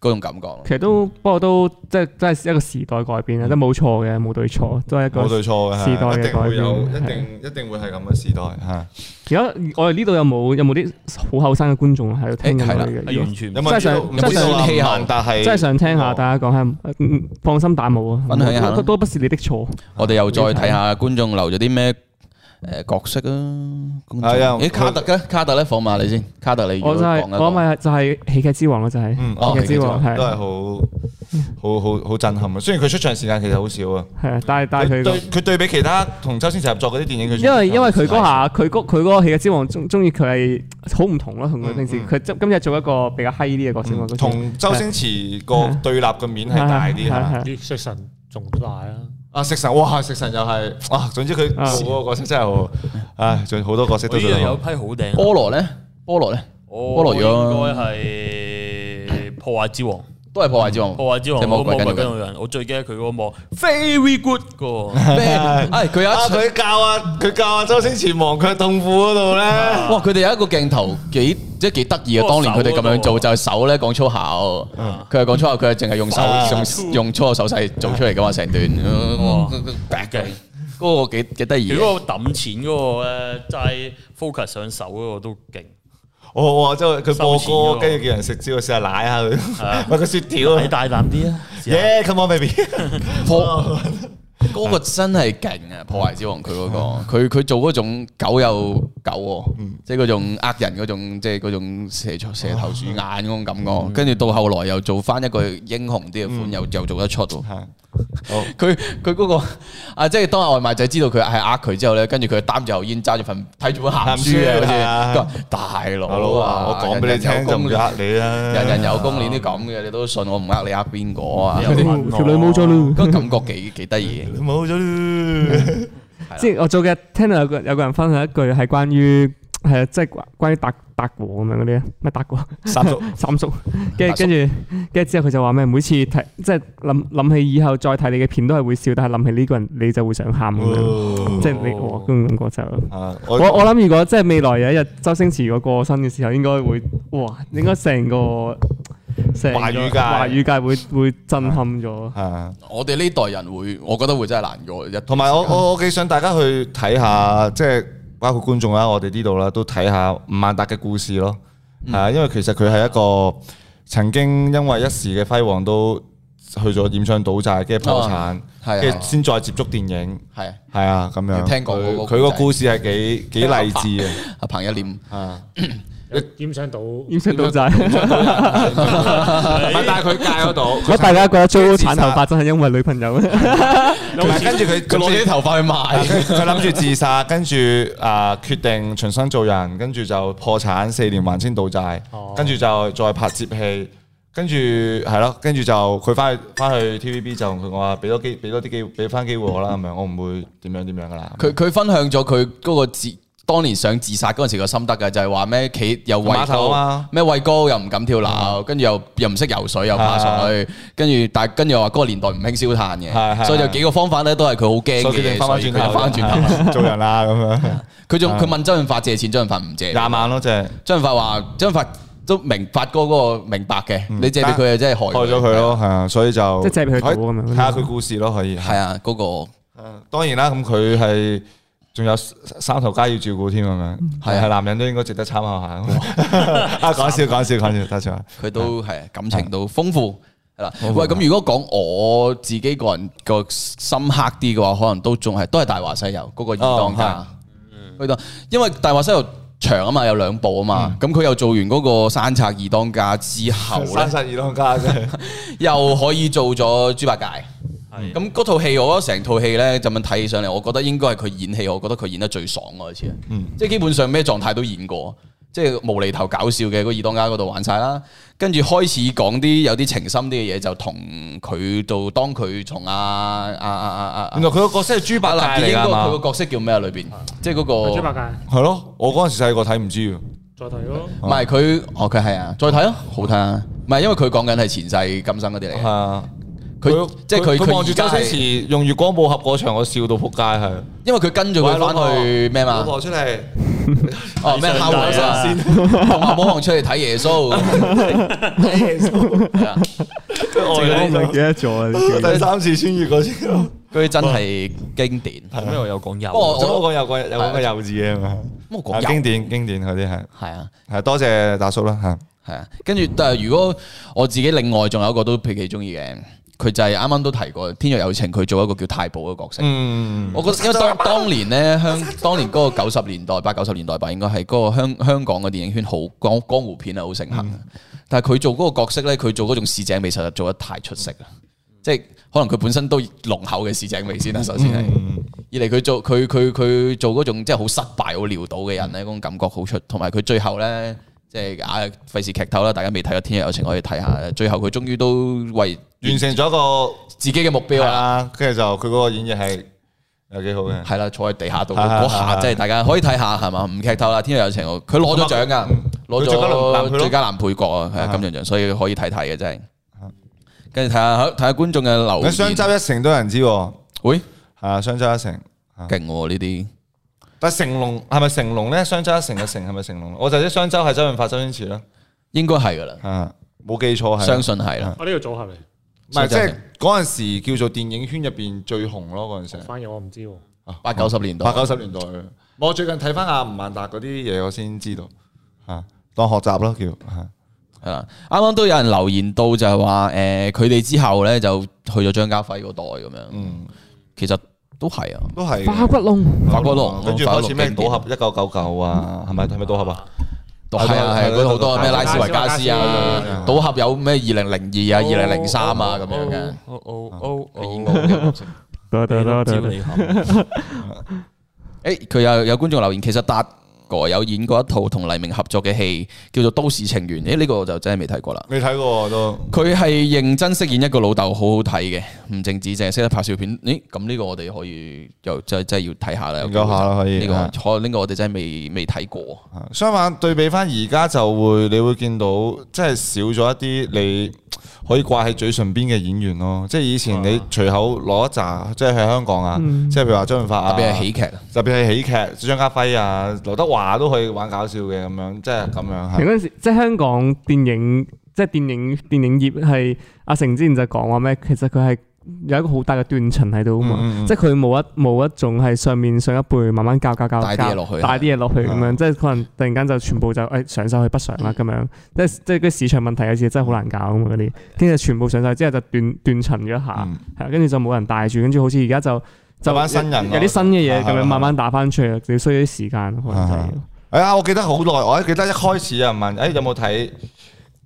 S1: 嗰種感覺咯。
S3: 其實都不過都即係真係一個時代改變啊，都冇錯嘅，冇對錯，都係一個
S5: 冇對錯嘅，係
S3: 時代嘅
S5: 一定會有，
S3: 改
S5: 一
S3: 變
S5: 定一定會係咁嘅時代嚇。
S3: 而家我哋呢度有冇有冇啲好後生嘅觀眾喺度聽緊
S1: 誒係啦
S3: 我哋嘅
S4: 係
S3: 嘢？
S4: 完全唔
S5: 有
S4: 知
S5: 冇
S3: 真係
S5: 知道
S3: 想
S5: 有冇知道
S1: 真係想
S5: 啊孟達係
S3: 真係想聽
S5: 哦
S3: 下大家講下，嗯放心打冇啊，
S1: 分享一下啦
S3: 都都不是你的錯。
S1: 我哋又再睇下觀眾留咗啲咩誒角色啊？觀眾
S5: 係啊
S1: 咦卡特咧，卡特咧放埋你先，卡特你如
S3: 我
S1: 果
S3: 就係
S1: 講
S3: 我
S1: 一講，
S3: 咪就係喜劇之王咯，就係
S5: 嗯
S1: 哦
S3: 喜劇之王係啊
S5: 都係好好好好震撼啊！雖然佢出場時間其實好少啊，
S3: 係啊，但係但係佢個
S5: 對佢對比其他同周星馳合作嗰啲電影，佢
S3: 因為因為佢嗰下佢嗰佢嗰個喜劇之王中中意佢係好唔同咯，同佢平時
S5: 嗯嗯
S3: 佢今今日做一個比較閪啲嘅角色
S5: 嗯
S3: 我覺得
S5: 同周星馳個對立嘅面係大啲嚇。
S3: 係係
S2: 啲食神仲大啦，
S5: 啊食神哇食神又係啊，總之佢
S3: 啊
S5: 做嗰個角色真係好，唉，仲有好多角色
S4: 我
S5: 都
S4: 呢
S5: 做
S4: 度
S5: 得
S4: 有
S5: 好。
S4: 批好頂，
S1: 菠蘿咧，菠蘿咧菠
S4: 我
S1: 蘿啊
S4: 應
S1: 如果
S4: 該係破壞之王。
S1: 都係破壞之王，
S4: 嗯破壞之王
S1: 即係
S4: 嗰
S1: 魔
S4: 個
S1: 鬼
S4: 魔
S1: 跟住
S4: 鬼跟
S1: 佢。
S4: 路人，我最驚佢嗰個幕 very good
S1: <laughs>
S4: 個，
S1: 哎佢有
S5: 啊！
S1: 一出。
S5: 佢教啊，佢教啊，周星馳忘卻痛苦嗰度咧，
S1: 哇！佢哋有一個鏡頭幾即係幾得意啊！
S4: 嗰個
S1: 當年佢哋咁樣
S4: 手嗰
S1: 做
S4: 個
S1: 就係手咧講粗口，佢係講粗口，佢係淨係用手用用粗口手勢做出嚟噶嘛，成段
S4: 哇
S1: 嘅嗰個幾幾得意
S4: 佢
S1: 嘅。
S4: 嗰個揼錢嗰個咧，齋 focus 上手嗰個都勁，
S5: 我哇！即係佢
S4: 收
S5: 播
S4: 錢嗰個
S5: 歌，跟住叫人食蕉，試下舐下佢
S4: 啊，
S5: 喂佢雪條啊
S4: 你大膽啲啊！試下
S5: ，Yeah，come on baby，
S1: 破嗰個真係勁啊！破壞之王佢嗰個，佢佢做嗰種狗有狗喎，即係嗰種呃人嗰種，即係嗰種蛇頭蛇頭鼠眼嗰種感覺。跟住到後來又做翻一個英雄啲嘅款，又又做得出喎。
S5: 好
S1: 佢佢嗰個啊，即係當阿外賣仔知道佢係呃佢之後咧，跟住佢擔住口煙，揸住份睇住本鹹書啊，
S5: 鹹書啊
S1: 好似佢話大
S5: 大
S1: 佬
S5: 佬啊，
S1: 啊，
S5: 我講俾你聽就
S1: 人人
S5: 唔
S1: 有
S5: 要
S1: 功
S5: 呃你啦，
S1: 人人有功練啲咁嘅，你都信我唔呃你呃邊個啊？
S4: 有問我
S3: 哦條女冇咗
S5: 哦
S3: 咯。
S1: 嗰個感覺幾幾得意。
S5: 冇咗啦，
S3: 之前我做嘅聽到有個有個人分享一句係關於係啊，即係關關於達達哥咁樣嗰啲啊咩達哥。
S5: 三叔
S3: 三叔，跟
S1: 大
S3: 住
S1: 叔
S3: 跟住跟住之後佢就話咩？每次睇即係諗諗起以後再睇你嘅片都係會笑，但係諗起呢個人你就會想喊咁樣，即係你我咁感覺就。
S5: 啊，
S3: 我
S5: 我
S3: 我諗如果即係未來有一日周星馳嗰過身嘅時候，應該會哇，應該成個成個
S5: 華語界
S3: 華語界會會震撼咗。
S5: 啊。
S1: 我哋呢代人會，我覺得會真係難過一。
S5: 同埋我我我幾想大家去睇下，即係包括觀眾啊啦，我哋呢度啦，都睇下吳孟達嘅故事咯。
S1: 嗯
S5: 係啊，因為其實佢係一個曾經因為一時嘅輝煌都去咗染上賭債，跟住破產，
S1: 係啊
S5: 跟住先再接觸電影。
S1: 係
S5: 係啊，咁樣。
S1: 聽過嗰
S5: 佢
S1: 個
S5: 佢個故事係幾幾勵
S1: <laughs>
S5: 志嘅。
S1: 阿彭一念，
S5: 啊，
S2: 染上到
S3: 掩飾到仔，
S5: 唔係，但係佢戒咗賭。
S3: 乜大家覺得租產頭髮真係因為女朋友咧？
S5: 唔係跟住佢
S1: 佢攞啲頭髮去賣，
S5: <laughs> 佢佢諗住自殺，跟住啊決定重新做人，跟住就破產四年還清賭
S3: 哦
S5: 債，跟住就再拍接戲，跟住係咯，跟住就佢翻去翻去 TVB 就同佢話俾多機俾多啲機會俾翻機會我啦，咁樣我唔會點樣點樣噶啦。
S1: 佢佢分享咗佢嗰個自當年想自殺嗰陣時個心得嘅，就係話咩企又畏
S5: 碼頭啊
S1: 高
S5: 嘛，啊
S1: 咩畏高又唔敢跳樓，跟住又又唔識游水又怕水，跟住但係跟住又話嗰個年代唔興燒炭
S5: 係
S1: 嘅，
S5: 係
S1: 所以有幾個方法咧都係佢好驚嘅
S5: 所以決定
S1: 嘢，
S5: 翻
S1: 所
S5: 翻
S1: 以佢
S5: 轉
S1: 就
S5: 頭，啊
S1: 翻轉頭。
S5: <laughs> 做人啦咁樣，
S1: 佢仲佢問周潤發借錢，周潤發唔借。
S5: 廿萬咯，
S1: <laughs>
S5: 即係
S1: 周潤發話：周潤發都明發哥嗰個明白嘅，你借俾佢啊，真係害
S5: 嗯害咗佢。咯，係啊，所以就
S3: 即係借俾佢賭咁樣
S5: 睇下佢故事咯，可以
S1: 係啊，嗰個。
S5: 誒當然啦，咁佢係仲有三頭家要照顧添咁樣，
S1: 嗯
S5: 係係男人都應該值得參
S1: <laughs>
S5: 考下。啊，講笑講笑講笑，得咗。
S1: 佢都係感情都啊豐富啊係啦。喂，咁如果講我自己個人個深刻啲嘅話，可能都仲係都係《大話西遊》嗰個二當家
S5: 哦。
S1: 去到，因為《大話西遊》長啊嘛，有兩部啊嘛，咁佢又做完嗰個山賊二當家之後
S5: 三
S1: 咧，
S5: 十二當家啫，
S1: 又可以做咗豬八戒。咁嗰套戲，我覺得成套戲咧，就咁睇起上嚟，我覺得應該係佢演戲，我覺得佢演得最爽嗰一次。啊
S5: 嗯
S1: 即係基本上咩狀態都演過，即係無厘頭搞笑嘅嗰二當家嗰度玩晒啦。跟住開始講啲有啲情深啲嘅嘢，就同佢做當佢從啊啊啊啊啊
S5: 原來佢個角色係豬八
S1: 啊！
S5: 戒嚟
S1: 應該
S5: 㗎
S1: 佢
S5: 嘛？
S1: 個角色叫咩啊？裏邊即係嗰個
S2: 豬八
S1: 唔
S2: 戒
S5: 係咯，我嗰陣時細個睇唔知
S2: 再睇咯，
S1: 係佢哦，佢係啊，再睇咯，好睇啊！唔係因為佢講緊係前世今生嗰啲嚟
S5: 㗎，
S1: 嘅
S5: 係。啊。
S1: 佢即係佢
S5: 佢望
S1: 佢
S5: 住
S1: 而家
S5: 周星
S1: 係
S5: 馳用月光寶盒嗰場，我笑到撲街係。
S1: 因為佢跟住佢翻去咩嘛
S5: 老？婆出嚟，
S1: 哦咩烤
S4: 上帝啊
S1: 先，同阿寶王出嚟睇耶穌，
S5: <laughs>
S1: 係啊
S3: 我唔記得咗啊呢啲
S5: 第三次穿越嗰次咯。
S1: 嗰啲真係經典。
S4: 係咩？我有講有，
S1: 不
S5: <laughs>
S1: 過
S5: 我
S1: 我
S5: 講有個有個幼稚嘅嘛，
S1: 咁我
S5: 啊
S1: 講
S5: 經
S1: 有
S5: 典經典嗰啲係
S1: 係啊
S5: 係多謝大叔啦嚇。
S1: 係啊，跟住但係如果我自己另外仲有一個都幾中意嘅，佢就係啱啱都提過《天若有情》，佢做一個叫太保嘅角色。
S5: 嗯，
S1: 我覺得因為當當年咧香當年嗰個九十年代八九十年代吧，應該係嗰個香香港嘅電影圈好江江湖片啊係好盛行嘅。但係佢做嗰個角色咧，佢做嗰種市井味，實在做得太出色啦。即係可能佢本身都濃厚嘅市井味先啦，啊首先係。二嚟佢做佢佢佢做嗰種即係好失敗、好潦倒嘅人咧，嗰種感覺好出。同埋佢最後咧，即係啊費事劇透啦，大家未睇過《天若有情》可以睇下。最後佢終於都為
S5: 完成咗個
S1: 自己嘅目標
S5: 係
S1: 啦。
S5: 啊，跟住就佢嗰個演繹係有幾好嘅。
S1: <laughs> 係啦，坐喺地下
S5: <laughs>
S1: 度
S5: 係係
S1: 嗰下，
S5: 係
S1: 真係大家可以睇下係嘛，唔劇透啦。天若有情，佢攞咗獎噶，攞
S5: 佢最佳男配
S1: 咗
S5: 咯
S1: 最佳男配角啊，係啊金像獎，所以可以睇睇嘅真係。
S5: 啊
S1: 跟住睇下睇下觀眾嘅留
S5: 咁
S1: 言，
S5: 雙周一成都有人知喎，
S1: 喂，
S5: 係啊，雙周一成。
S1: 勁喎呢啲，
S5: 但係成龍係咪成龍咧？雙周一成嘅成係咪成龍？我就知雙周係周潤發、周星馳啦。
S1: 應該係噶啦，
S5: 啊，冇記錯係。
S1: 相信係啦。
S2: 我呢個組合嚟，
S5: 唔
S1: 雙
S5: 係即
S1: 周一
S5: 係
S1: 成
S5: 嗰陣時叫做電影圈入邊最紅咯，嗰陣時係。
S2: 反而我唔知喎。
S1: 八九十年代
S5: 八，九十年代嘅。我最近睇翻阿吳孟達嗰啲嘢，我先知道。嚇，當學習咯叫啊嚇。
S1: 係啦，啱啱都有人留言到就係話，誒佢哋之後咧就去咗張家輝嗰代咁樣，
S5: 嗯，
S1: 其實都係啊。
S5: 都係
S3: 化骨窿
S1: 化骨龍
S5: 跟住開始咩
S1: 化骨龍經典
S5: 賭俠一九九九啊，係咪係咪賭俠啊？
S1: 係啊係啊，
S5: 係啊
S1: 嗰度好多咩拉斯維加斯
S5: 係
S1: 啊
S5: 啊，
S1: 賭俠有咩二零零二啊、二零零三啊咁樣嘅。
S4: 哦哦哦哦，
S1: 演過嘅角色
S3: 得得得
S4: 招
S3: 得
S4: <laughs> 你
S3: 得
S4: 冚，
S1: 誒，佢有有觀眾留言，其實達哥有演過一套同黎明合作嘅戲，叫做《都市情緣》。誒，呢個我就真係未睇過啦。
S5: 你睇過都
S1: 佢係認真飾演一個老豆，好好睇嘅，唔淨止淨係識得拍笑片。咦，咁呢個我哋可以又真真係要睇下啦，
S5: 研究下啦可以
S1: 呢
S5: 啊
S1: 個可呢個我哋真係未未睇過。
S5: 相反對比翻而家就會，你會見到即係少咗一啲你可以掛喺嘴唇邊嘅演員咯。即係以前你隨口攞一紮，即係喺香港啊，即係譬如話周潤發
S1: 特
S5: 啊，
S1: 別係喜劇，
S5: 特別係喜劇，張家輝啊、劉德華都可以玩搞笑嘅咁樣，即係咁樣
S3: 嗰
S5: 係。
S3: 陣時，即係香港電影，即係電影電影業係阿成之前就講話咩？其實佢係有一個好大嘅斷層喺度啊嘛，
S5: 嗯嗯嗯
S3: 即係佢冇一冇一種係上面上一輩慢慢教教教
S1: 帶啲
S3: 教
S1: 嘢落去
S3: 帶啲嘢落去咁
S5: 啊
S3: 樣，即係可能突然間就全部就誒上晒去北上啦咁樣，即係即係嗰啲市場問題有時真係好難搞啊嘛嗰啲，跟住全部上晒之後就斷斷層咗一下，
S5: 嗯
S3: 係啊跟住就冇人帶住，跟住好似而家就就
S5: 有班新人咯啊
S3: 有啲新嘅嘢咁
S5: 係係
S3: 樣
S5: 係
S3: 慢慢打翻出嚟，就要需要啲時間可能就係
S5: 係哎呀，我記得好耐，我記得一開始有人問，誒有冇睇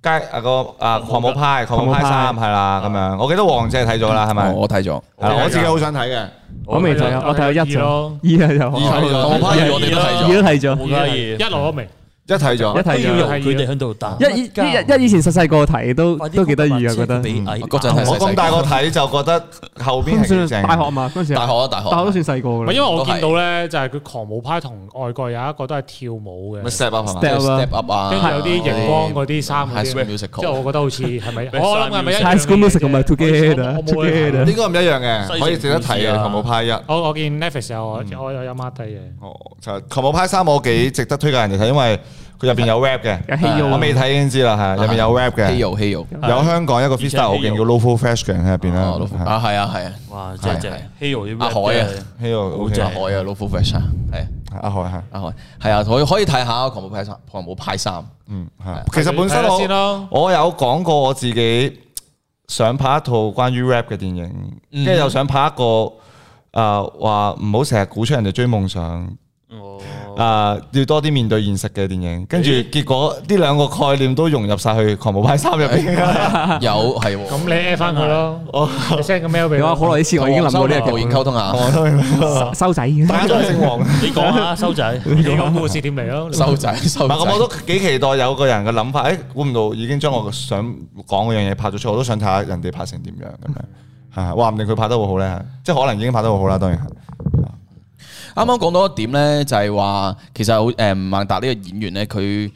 S5: 街啊個啊狂舞派狂舞派三係啦咁樣，我記得王姐睇咗啦係咪？
S1: 哦我睇咗。
S5: 係啦我自己好想睇嘅，
S3: 我未睇啊，我睇咗一
S2: 二咯，
S3: 啫，二係就
S5: 二睇咗
S1: 我怕二我哋都睇
S3: 二
S1: 咗。
S3: 都睇咗。
S4: 冇介
S2: 一路都未，
S5: 一睇咗
S3: 一睇
S4: 要
S3: 就
S4: 由佢哋喺度打，
S3: 啊一以一一以前細細個睇都都幾得意啊，覺得。
S1: 嗰陣係
S5: 我咁大個睇就覺得後邊係幾正。
S3: 大學嘛，嗰陣時
S1: 大學啊，大學。
S3: 大學都算細個
S2: 唔
S3: 㗎
S2: 係
S3: 啦。
S2: 因為我
S1: 都係
S2: 見到咧，就係佢狂舞派同外國有一個都係跳舞嘅
S5: 咪，step up 係
S3: Step
S5: 嘛？
S1: step up 啊，
S2: 跟住有啲熒光嗰啲衫嗰
S1: High School
S2: 啲即係
S1: Musical。
S2: 我覺得好似係
S5: <laughs>
S2: 咪？我諗係咪一樣
S3: High School Musical 咪
S2: 嘅啫
S3: Together，
S2: 我冇去睇
S3: Together
S5: 應該唔一樣嘅，
S4: 西
S5: 可以值得睇
S4: 城故事
S5: 嘅
S4: 啊
S5: 狂舞派一。
S2: 我我見 Netflix 有我我有有 mark 低嘅。
S5: 哦，就係狂舞派三我幾值得推介人哋睇，因為佢入邊有 rap 嘅。
S3: 有戲肉
S5: 我未睇已經知啦，係入邊有 rap 嘅。
S1: Hero Hero。
S5: 有香港一個 freestyle 好勁叫 Local Fresh 嘅喺入邊
S1: 哦，老夫
S5: 啦
S1: 啊，係啊，係啊，
S4: 哇，真係正，Hero 啲
S1: 阿海啊
S5: ，Hero 好
S1: 阿
S5: 正，
S1: 海啊，老夫 fresh 啊，係啊
S5: 阿海係，
S1: 阿海，係啊，可以可以睇下狂舞派三，狂舞派三，
S5: 嗯係。其實本身
S2: 睇下先
S5: 我
S2: 咯，
S5: 我有講過我自己想拍一套關於 rap 嘅電影，跟住又想拍一個誒話唔好成日鼓吹人哋追夢想，
S4: 哦，
S5: 誒啊要多啲面對現實嘅電影。跟住結果呢兩個概念都融入晒去《狂舞派三》入邊。
S1: 有係
S2: 咁
S1: 喎。
S2: 你 at 翻佢咯，你 send 個 mail 俾
S3: 你話
S2: 我。
S3: 好耐以前我已經諗到呢個
S1: 導演溝通下，
S3: 收仔。
S5: <laughs> 大家都係姓黃。
S4: 你講啊，修仔，
S2: 你個故事點嚟咯？
S1: 收
S5: <laughs>
S1: 仔收
S5: 唔
S1: 仔。
S5: 係，咁我都幾期待有個人嘅諗法。誒、哎估唔到已經將我想講嗰樣嘢拍咗出，我都想睇下人哋拍成點樣咁樣。係，話唔定佢拍得會好咧，即係可能已經拍得會好啦。當然係，
S1: 啱啱講到一點咧，就係話其實好誒吳孟達呢個演員咧，佢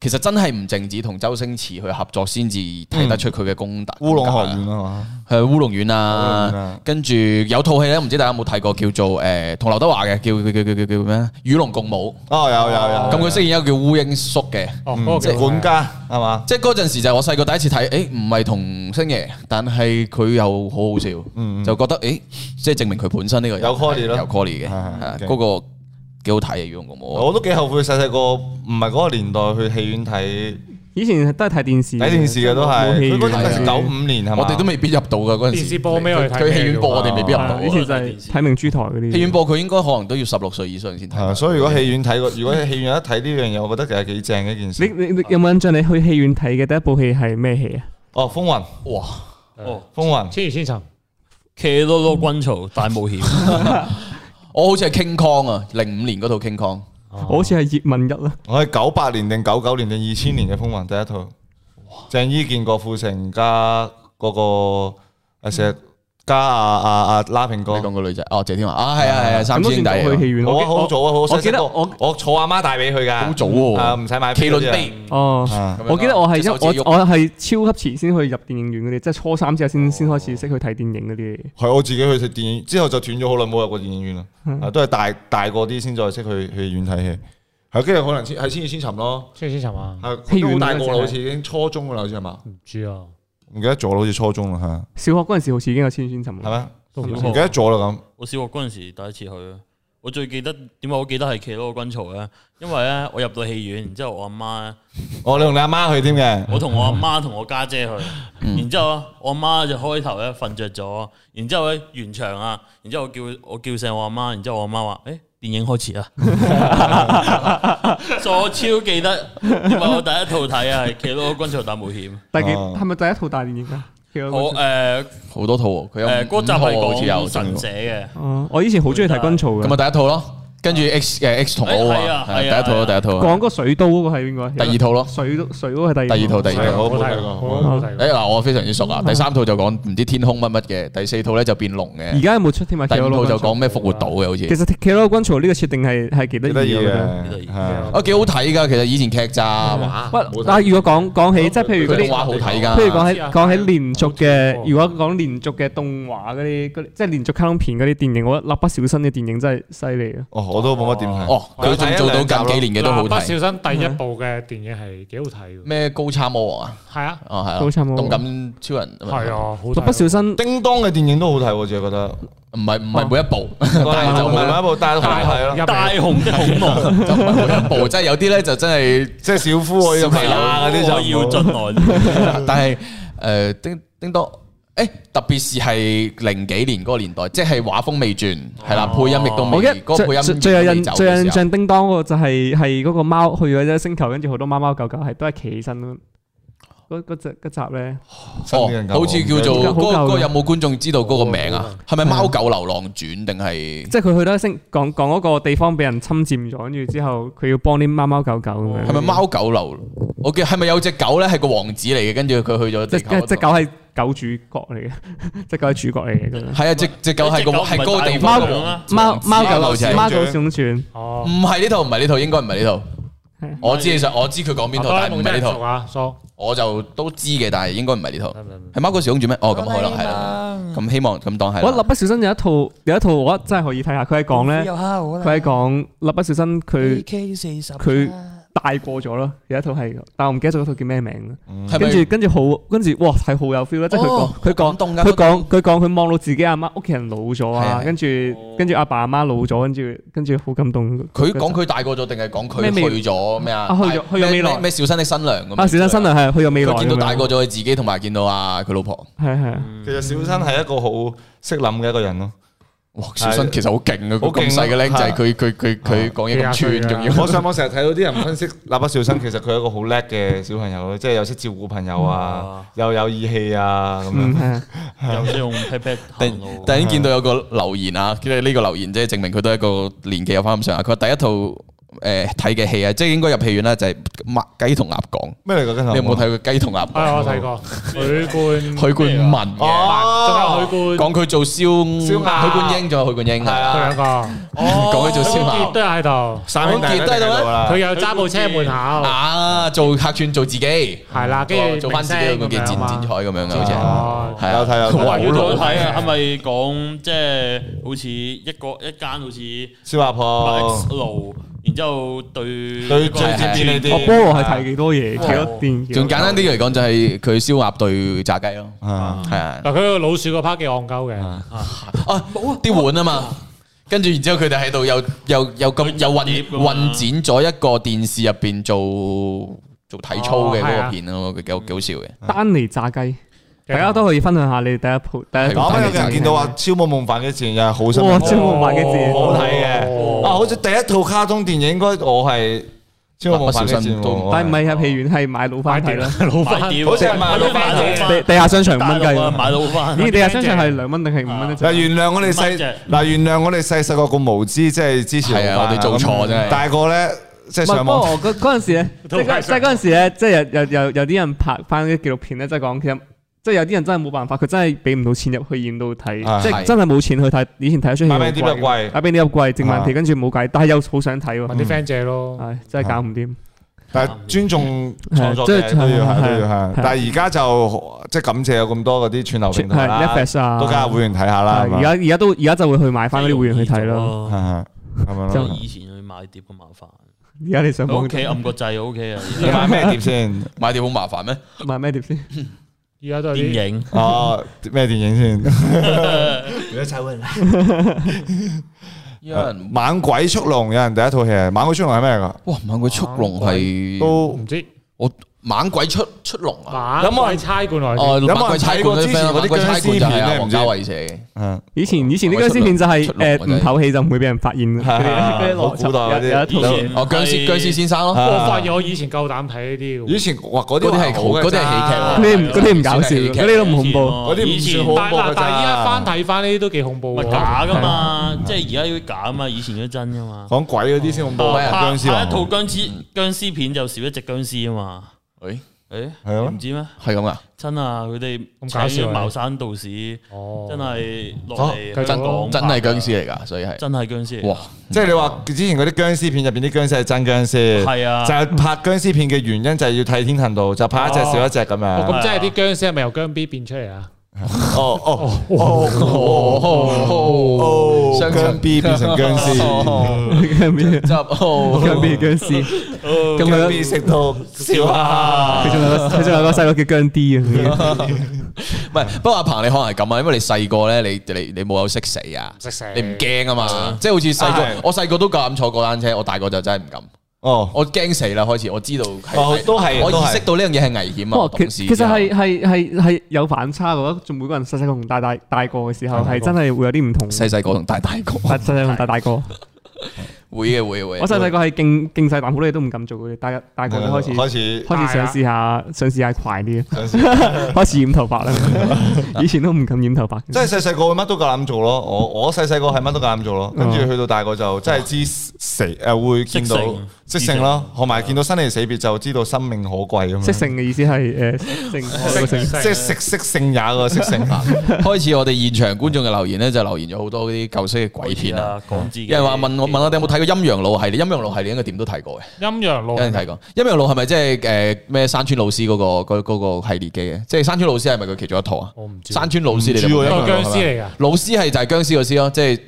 S1: 其實真係唔淨止同周星馳去合作先至睇得出佢嘅功底。
S5: 烏龍學院啊嘛，
S1: 係烏龍院
S5: 烏龍院啊
S1: 啊，跟住有套戲咧，唔知大家有冇睇過，叫做誒同劉德華嘅，叫叫叫叫叫咩啊？與龍共舞。
S5: 哦有有
S1: 咁佢
S5: 有，
S1: 飾演一個叫烏蠅叔嘅，
S2: 哦，嗰個
S5: 嗯即係
S2: 叫
S5: 管家係嘛？
S1: 即係嗰陣時就係我細個第一次睇，誒唔係同星爺，但係佢又好好笑，就覺得誒，即係證明佢本身呢個人
S5: 嗯有 quality 咯
S1: 有 quality 嘅，
S5: 係係
S1: 係
S5: OK
S1: 嗰個幾好睇啊嘅《與龍共舞》。
S5: 我都幾後悔細細個唔係嗰個年代去戲院睇
S3: 以前都係睇電視。
S5: 睇電視嘅都係，
S3: 冇戲
S5: 佢嗰陣
S1: 係
S5: 係
S1: 啊
S5: 九五年係嘛？
S1: 我哋都未必入到噶嗰陣時，
S2: 電視播咩我哋睇
S1: 佢戲院播我哋未必入
S3: 係以前
S1: 到
S3: 就
S1: 啊。
S3: 係睇明珠台嗰啲。
S1: 戲院播佢應該可能都要十六歲以上先
S5: 係啊
S1: 睇。
S5: 所以如果戲院睇過，如果戲院一睇呢樣嘢，我覺得其實幾正嘅一件
S3: 你
S5: 事。
S3: 你你有冇印象？你去戲院睇嘅第一部戲係咩戲啊？
S5: 哦，風雲，
S1: 哇，
S4: 哦，
S5: 風雲，
S2: 千與千尋，
S4: 騎多多軍曹大冒險， <laughs>
S1: 我好似係 King Kong 啊，零五年嗰套 King Kong，
S3: 我好似係葉問一啦。啊
S5: 我係九八年定九九年定二千年嘅風雲第一套，鄭伊健、郭富城加嗰個阿石加阿阿阿拉平
S1: 你
S5: 哥，
S1: 講個女仔，哦謝天華啊，係啊係啊，三師兄弟
S3: 咁都算到去戲
S1: 啊，
S3: 院。
S5: 我好早啊，好
S3: 我
S5: 細
S3: 記
S5: 細
S3: 得
S5: 個
S3: 我
S5: 我坐阿媽帶俾佢㗎，
S1: 好早
S5: 啊，
S1: 喎，
S5: 唔使買
S1: 麒麟
S5: 飛
S1: 臂。
S3: 哦。
S5: 啊，
S3: 我記得我係因
S1: 隻手指
S3: 我
S1: 喐
S3: 我係超級遲先去入電影院嗰啲，即係初三之後先先開始識去睇電影嗰啲。
S5: 係我自己去睇電影，之後就斷咗好耐冇入過電影院啦，啊都係大大個啲先再識去去戲院睇戲，係跟住可能千係千與千尋咯，
S2: 千與千尋啊，
S5: 啊
S3: 戲
S5: 都
S3: 院
S5: 好大個
S3: 嗰
S5: 啦，
S3: 陣
S5: 好似已經初中噶啦，好似係嘛？
S2: 唔知啊，
S5: 唔記得咗啦，好似初中啦，係嗯啊
S3: 小學嗰陣時好似已經有千與千尋
S5: 係
S3: 啦。
S5: 咩？
S2: 都
S5: 唔
S2: 唔
S5: 記得咗啦咁。
S4: 我小學嗰陣時第一次去啊，我我最記得點解我記得係騎嗰個軍曹咧？因為咧我入到戲院，然之後我阿媽咧。
S5: 哦我你同你阿媽去添嘅，
S4: 我同我阿媽同我家姐去，
S1: 嗯
S4: 然之後我阿媽就開頭咧瞓着咗，然之後咧完場啊，然之後我叫我叫醒我阿媽，然之後我阿媽話：，誒、電影開始啊！ <laughs> 所以我超記得，因為我第一套睇啊係《騎佬軍曹大冒險》，
S3: 第幾
S5: 哦
S3: 係咪第一套大電影啊？其實
S4: 我誒
S1: 好多套喎，佢有
S4: 誒嗰集
S1: 五套喎好似
S4: 係
S1: 有
S4: 講神社嘅，
S3: 哦我以前好中意睇軍曹嘅
S1: 咁，啊第一套咯，跟住 X 誒 X 同 O
S4: 係
S1: 啊
S4: 啊，係
S1: 係
S4: 啊
S1: 第一套咯，第一套啊，
S3: 講嗰個水刀嗰個係邊個啊？
S1: 第二套咯。
S3: 水刀水刀係第
S1: 第二套第二套
S5: 係我冇睇
S2: 睇
S5: 過
S2: 過，好睇過。
S1: 誒嗱，我非常之熟啊。第三套就講唔知天空乜乜嘅，第四套咧就變龍
S3: 而
S1: 嘅，
S3: 家有冇出添啊？
S1: 第五套就講
S3: 講，
S1: 咩復活島嘅好
S3: 其
S1: 似。
S3: 實《騎樓軍曹》呢個設定係係幾得
S5: 幾得
S3: 意啊
S5: 意
S3: 嘅我覺得。
S5: 嘅，
S4: 幾得意
S5: 係啊
S1: 啊，幾好睇㗎，其實以前劇咋，哇
S3: 喂，但係如果講講起即係譬如
S1: 佢動
S3: 嗰啲
S1: 畫。好睇㗎。
S3: 譬如講起
S2: 啊
S3: 講起連續
S1: 啊
S2: 我
S3: 嘅，
S2: 知
S3: 如果講連續嘅動畫嗰啲，嗰啲即係連續卡通片嗰啲電影，我覺得《蠟筆小新》嘅電影真係犀利啊！
S5: 哦，我都冇乜點睇。
S1: 哦，佢仲做到近幾年嘅都好
S2: 不
S1: 睇。
S2: 小心第一部嘅電影係幾好睇嘅，
S1: 咩高差魔王啊？
S2: 係啊，
S1: 哦，係啊。
S3: 高差魔
S1: 動
S3: 王
S1: 感超人
S2: 係，啊，好睇。
S3: 蠟筆小新
S5: 叮當嘅電影都好睇喎，我自己覺 <laughs> 得。
S1: 唔係唔係每一部，但係就
S5: 唔係
S1: 冇
S5: 每一部，但係都好睇咯。
S2: 入
S4: 大雄的恐龍，
S1: 就唔係每一部，即係有啲咧就真係， <laughs>
S5: 即係小夫我要
S1: 係啊
S5: 嗰啲就
S4: 我要進
S5: 冇
S4: 來，
S1: 但係誒叮叮當。誒特別是係零幾年嗰個年代，即係畫風未轉，係啦，配音亦都
S3: 我
S1: 未
S3: 記得，
S1: 嗰個配
S3: 最
S1: 音
S3: 最最有印最有印
S1: 象
S3: 象叮當嗰個就係係嗰個貓去咗一隻星球，跟住好多貓貓狗狗係都係企起身咯。嗰嗰集嗰集
S1: 嗯
S3: 咧，
S5: 新嘅人
S1: 哦好似叫做
S3: 好舊嗯
S1: 嗰
S3: 嘅
S1: 個有冇觀眾知道嗰個名啊？係咪《貓狗流浪傳》定係
S3: 即係佢去到一星講講嗰個地方俾人侵佔咗，跟住之後佢要幫啲貓貓狗狗咁樣。
S1: 係咪貓狗流？我記係咪有隻狗咧係個王子嚟嘅，跟住佢去咗
S3: 即
S1: 地球嗰
S3: 即
S1: 度
S3: 只狗係狗主角嚟嘅， <laughs> 隻狗係主角嚟嘅咁樣。
S1: 係啊，只只狗係個
S4: 隻狗唔係
S1: 係嗰個地
S4: 大
S1: 方
S4: 陸
S1: 嘅
S4: 咁
S1: 王
S4: 啊
S1: 子
S3: 貓貓
S1: 貓狗
S3: 狗
S1: 小姐
S3: 貓狗小傳，
S2: 哦，
S1: 唔係呢套，唔係呢套，應該唔係呢套
S3: 係。
S1: 我知其實我知佢講邊套，
S2: 哆啦 A
S1: 但係
S2: 夢
S1: 唔
S2: 真
S1: 係呢
S2: 係熟
S1: 套，
S2: 啊，叔，
S1: 我就都知嘅，但係應該唔係呢套。
S2: 係咪係咪
S1: 係貓狗小公主咩？哦，咁可能係
S3: 啊
S1: 啦。咁希望咁當係
S3: 我蠟
S1: 啦。
S3: 筆小新有一套有一套我覺得真係可以睇下，佢係講
S4: 啊
S3: 咧，佢係講蠟筆小新佢佢大過咗咯，有一套係，但我唔記得咗嗰套叫咩名啦。
S1: 係
S3: 跟住
S1: 咪？
S3: 跟住好，跟住哇係好有 feel 啦，即係
S1: 哦
S3: 佢講佢
S1: 好感動㗎
S3: 講佢講佢講佢望到自己阿媽屋企人老咗
S1: 係啊係
S3: 啊
S1: 啊，
S3: 跟住跟住阿爸阿媽老咗，跟住跟住好感動。
S1: 佢講佢大個咗定係講佢
S3: 咩未
S1: 去咗咩啊？
S3: 啊去咗去咗
S1: 咩
S3: 未來
S1: 咩咩小新的新娘咁樣。
S3: 啊，小新新娘係去咗未來
S1: 佢
S3: 咁
S1: 見
S3: 樣，
S1: 到大個咗佢自己，同埋見到啊佢老婆。
S3: 係係係
S5: 其實小新係一個好識諗嘅一個人 <laughs> 咯。
S1: 哇！小新其實好勁啊，
S5: 好勁啊
S1: 咁細嘅僆仔，
S5: 係
S1: 佢佢佢佢講
S3: 啊
S1: 嘢咁
S2: 幾廿歲
S1: 串，
S2: 㗎
S1: 仲要
S5: 我上網成日睇到啲人分析蠟筆小新，其實佢係一個好叻嘅小朋友咯，即係又識照顧朋友啊，又有義氣啊咁
S3: 嗯
S5: 樣。
S3: 係啊
S4: 又識用 pat pat
S1: 突
S4: 行
S1: 然
S4: 路
S1: 突，然見到有個留言啊，即係呢個留言即係證明佢都係一個年紀有翻咁上下。佢話第一套誒睇嘅戲啊，即係應該入戲院啦，就係麥雞同鴨講。
S5: 咩嚟㗎？跟
S4: 啊
S5: 頭
S1: 你有冇睇過雞同鴨
S2: 係
S1: 講？
S2: 啊我睇過許
S1: 許
S2: 冠，
S1: 冠文嘅，
S5: 哦，
S2: 仲有許冠，
S1: 講佢做燒許
S5: 燒鴨
S1: 冠英仲有許冠英
S2: 佢
S5: 係
S2: 兩
S5: 啊，
S1: <laughs>
S2: 個，
S1: 講佢做燒
S2: 許
S1: 鴨
S2: 傑都有喺度，
S5: 三兄弟
S1: 我見都喺度
S5: 喺度啦
S2: 佢又揸部車門口，
S1: 啊，做客串做自己，哦
S2: 係啦，跟住
S1: 做翻自己
S2: 明
S1: 咁
S2: 星
S1: 嘅剪剪
S2: 咁樣啊嘛
S1: 彩咁樣嘅好似係。
S2: 哦
S1: 係啊
S5: 有睇有睇
S1: 哇
S4: 要
S1: 好
S4: 到
S1: 老
S4: 睇啊，係咪講即係好似一個一間好似？
S5: 小阿婆
S4: X 路，然之後對
S5: 哦對
S4: 嗰個
S5: 最接
S1: 係
S5: 邊呢
S1: 係
S5: 啲。
S3: 哦我菠蘿係睇幾多嘢，幾多
S4: 哇
S3: 電影。
S1: 嗯哦仲簡單啲嚟講，就係佢燒鴨對炸雞咯，
S5: 啊
S4: 嗯
S1: 係啊。
S2: 嗱，佢個老鼠個 part 幾戇鳩嘅，
S1: 啊，啲碗啊嘛，跟住然之後佢哋喺度又又又咁又混
S4: 碟㗎嘛
S1: 混剪咗一個電視入邊做做體操嘅
S2: 哦係
S1: 嗰個
S2: 啊
S1: 片咯，幾好幾好笑嘅。
S3: 丹尼炸雞，大家都可以分享下你哋第一鋪第一
S1: 係
S5: 我
S1: 啊
S3: 鋪。
S5: 啱啱有人見到話《超夢夢幻》嘅前又係好新
S3: 哇！超夢幻嘅字，
S5: 好睇嘅
S2: 哦
S5: 啊！好似第一套卡通電影，應該我係《超夢夢幻》嘅前喎，
S3: 但係唔係入戲院，係買老翻睇啦。
S2: 老
S4: 買
S2: 翻，
S4: 碟，
S5: 好似係買老
S4: 買
S5: 翻
S3: 地地下商場五
S4: 大
S3: 蚊雞
S4: 陸啊，
S3: 喎。
S4: 買老翻。
S3: 咦？地下商場係兩蚊定係五蚊一隻
S5: 嗱，？原諒我哋
S4: 唔係
S5: 細
S4: 啫
S5: 嗱，原諒我哋細細個咁無知，即係之前
S1: 係啊
S5: 好煩
S1: 我哋做錯真係
S5: 咁大個咧，即係
S3: 唔係，不
S5: 上
S3: 過
S5: 網
S3: 我嗰嗰陣時
S5: <laughs>
S3: 咧，即係嗰即係嗰陣時咧，即係有有有有啲人拍翻啲紀錄片咧，即係講其實即係有啲人真係冇辦法，佢真係俾唔到錢入去演度
S5: 啊係
S3: 睇，即係嗯真係冇錢去睇。以前睇得出戲
S5: 買咩碟入櫃
S3: 買俾啲入貴，正版
S5: 啊
S3: 皮跟住冇計，但係又好想睇
S2: 問
S3: 喎，
S2: 啲 friend 借咯，
S3: 係真係搞唔掂。
S5: 但係尊重創
S3: 係
S5: 作嘅
S3: 即係
S5: 都要係
S3: 係
S5: 都要係
S3: 係。
S5: 但係而家就即係感謝有咁多嗰啲串流平台
S3: 係
S5: 啦，
S3: Netflix 啊，
S5: 都加入會員睇下啦。係
S3: 係
S5: 嘛
S3: 而家而家都而家就會去買翻嗰啲會員去睇咯。
S4: 咯。
S5: 係係 <laughs> 咁樣
S3: 就
S5: 咯。
S4: 哦以前去買碟咁麻煩，
S3: 而家你上網
S4: 屋企按個掣 O K 啊。
S5: 你買咩碟先？
S1: 買碟好麻煩咩？
S3: 買咩碟先？
S2: 而家都有啲
S4: <laughs> 電影
S5: 哦，咩電影先？
S1: 有人
S5: 猛鬼速龍》有人第一套戲係《猛鬼速龍》係咩噶？
S1: 哇猛鬼速龍係
S5: 都
S2: 唔知
S1: 我猛鬼出出龍啊！
S2: 馬
S4: 有冇人
S2: 鬼差館來
S1: 哦，
S2: 先？
S5: 有冇人
S1: 猛鬼差館
S5: 睇過之前
S1: 嗰啲 friend，
S5: 嗰
S1: 猛
S5: 啲
S1: 鬼差館就係啊
S5: 僵屍片咧唔
S1: 王
S5: 知
S1: 家衛寫嘅。
S5: 嗯
S3: 以前以前啲
S1: 我出
S3: 僵屍片就係
S1: 出龍
S3: 誒
S1: 我真係
S3: 唔透氣就唔會俾人發現 <laughs> 嗰啲嗰啲
S5: 好
S3: 邏
S5: 古代嗰
S3: 輯，有有
S5: 啲
S3: 一
S4: 以
S3: 套
S4: 前
S1: 哦，僵屍
S4: 嗯係
S1: 僵屍先生咯，
S5: 啊
S2: 我發現我以前夠膽睇呢啲
S5: 以
S2: 嘅，
S5: 前哇嗰啲
S1: 嗰啲
S5: 係
S1: 係
S5: 好
S1: 好，
S5: 嘅
S1: 嗰啲係喜劇
S4: 啊
S1: 嚟嘅。
S3: 嗰啲唔嗰啲唔搞笑，嗰啲都唔恐怖。
S5: 嗰啲唔
S4: 以前
S5: 算好
S2: 但
S5: 恐怖㗎
S2: 嗱，但係依
S5: 咋
S2: 家翻睇翻呢啲都幾恐怖
S4: 咪
S2: 喎。
S4: 假噶嘛，即係而家要假啊嘛，以前嗰啲真噶嘛。
S5: 講鬼嗰啲先恐怖
S1: 哦
S4: 拍
S5: 啊！
S4: 拍
S5: 僵
S4: 一
S5: 尸
S4: 套
S5: 王
S4: 僵屍僵屍片就少一隻僵屍啊嘛。
S1: 誒
S4: 誒，
S5: 係啊
S4: 你唔知咩？
S1: 係咁啊！
S4: 真啊！佢哋
S2: 咁搞
S4: 請
S2: 笑
S4: 咗
S2: 啊
S4: 茅山道士，
S2: 哦，
S4: 真係落嚟
S2: 哦
S1: 真
S4: 香港
S1: 真係
S4: 拍㗎啊
S1: 僵，屍嚟㗎，所以係
S4: 真係僵屍嚟㗎。
S1: 哇！
S5: 即係你話之前嗰啲僵屍片入邊啲僵屍係真僵屍，
S4: 係啊
S5: 就係拍僵屍片嘅原因就係要替天行道，就拍一隻少一隻咁
S2: 哦
S5: 樣。
S2: 咁即係啲僵屍係咪由僵 B 變出嚟啊？
S5: 哦哦
S1: 哦
S5: 哦，
S1: 雙層
S5: 僵 B 變成
S1: <laughs>
S5: 僵屍，
S3: 僵屍
S1: 執哦
S3: 僵屍僵屍，
S4: 哦
S3: 咁佢
S5: 僵
S3: 都
S5: B 食到笑啊！
S3: 佢仲有個佢仲有個細佬叫姜 D 啊，
S1: 唔係，不過阿彭你可能係咁啊，因為你細個咧，你你你冇有識死啊，
S2: 識死
S1: 你唔驚啊嘛，即係好似細
S5: 係
S1: 個，我細個都夠膽坐過單車，我大個就真係唔敢，
S5: 哦，
S1: 我驚死啦開始，我知道
S5: 哦
S1: 係
S5: 都係
S1: 我
S5: 都
S1: 意
S5: 係
S1: 識到呢樣嘢係危險啊，
S3: 哇
S1: 我！懂
S3: 其
S1: 事
S3: 其實
S1: 之後
S3: 係係係係有反差嘅，我覺得仲每個人細細個同大大大個嘅時候係真係會有啲唔同。
S1: 細細個同大大個
S3: 細細同大大個，
S1: 會嘅會嘅會嘅，
S3: 我細細個係勁勁細膽，好多嘢都唔敢做嘅，大大個就開始
S5: 開始
S3: 開始想試下想試下快啲，
S5: 想
S3: <laughs>
S5: 試
S3: 開始染頭髮啦。以前都唔敢染頭髮，
S5: 即係細細個乜都夠膽做咯，我我細細個係乜都夠膽做咯，跟住去到大個就真係知死誒會見到
S4: 識性
S5: 即性咯，同埋見到生離死別就知道生命可貴咁樣。
S3: 即性嘅意思係誒性愛
S5: 識
S3: 個性，
S5: 即係食色性也個色性，
S1: 開始我哋現場觀眾嘅留言咧，就留言咗好多嗰啲舊式嘅鬼片啊。，
S4: 講自己。
S1: 有人話問我問我哋有冇睇過《陰陽路》系列，《陰陽路》系列應該點都睇過嘅，
S2: 陰陽
S5: 啊
S2: 路
S1: 有人睇過。《陰陽路》係咪即係誒咩山村老師嗰、個嗰嗰個系列嘅嘢？即係山村老師係咪佢其中一套啊？
S2: 我唔知，
S1: 山村老師你哋
S5: 唔知
S1: 有
S5: 喎
S1: 冇
S5: 因
S1: 睇過
S5: 為
S2: 都係僵屍嚟㗎。
S1: 老師係就係僵屍個師咯，即係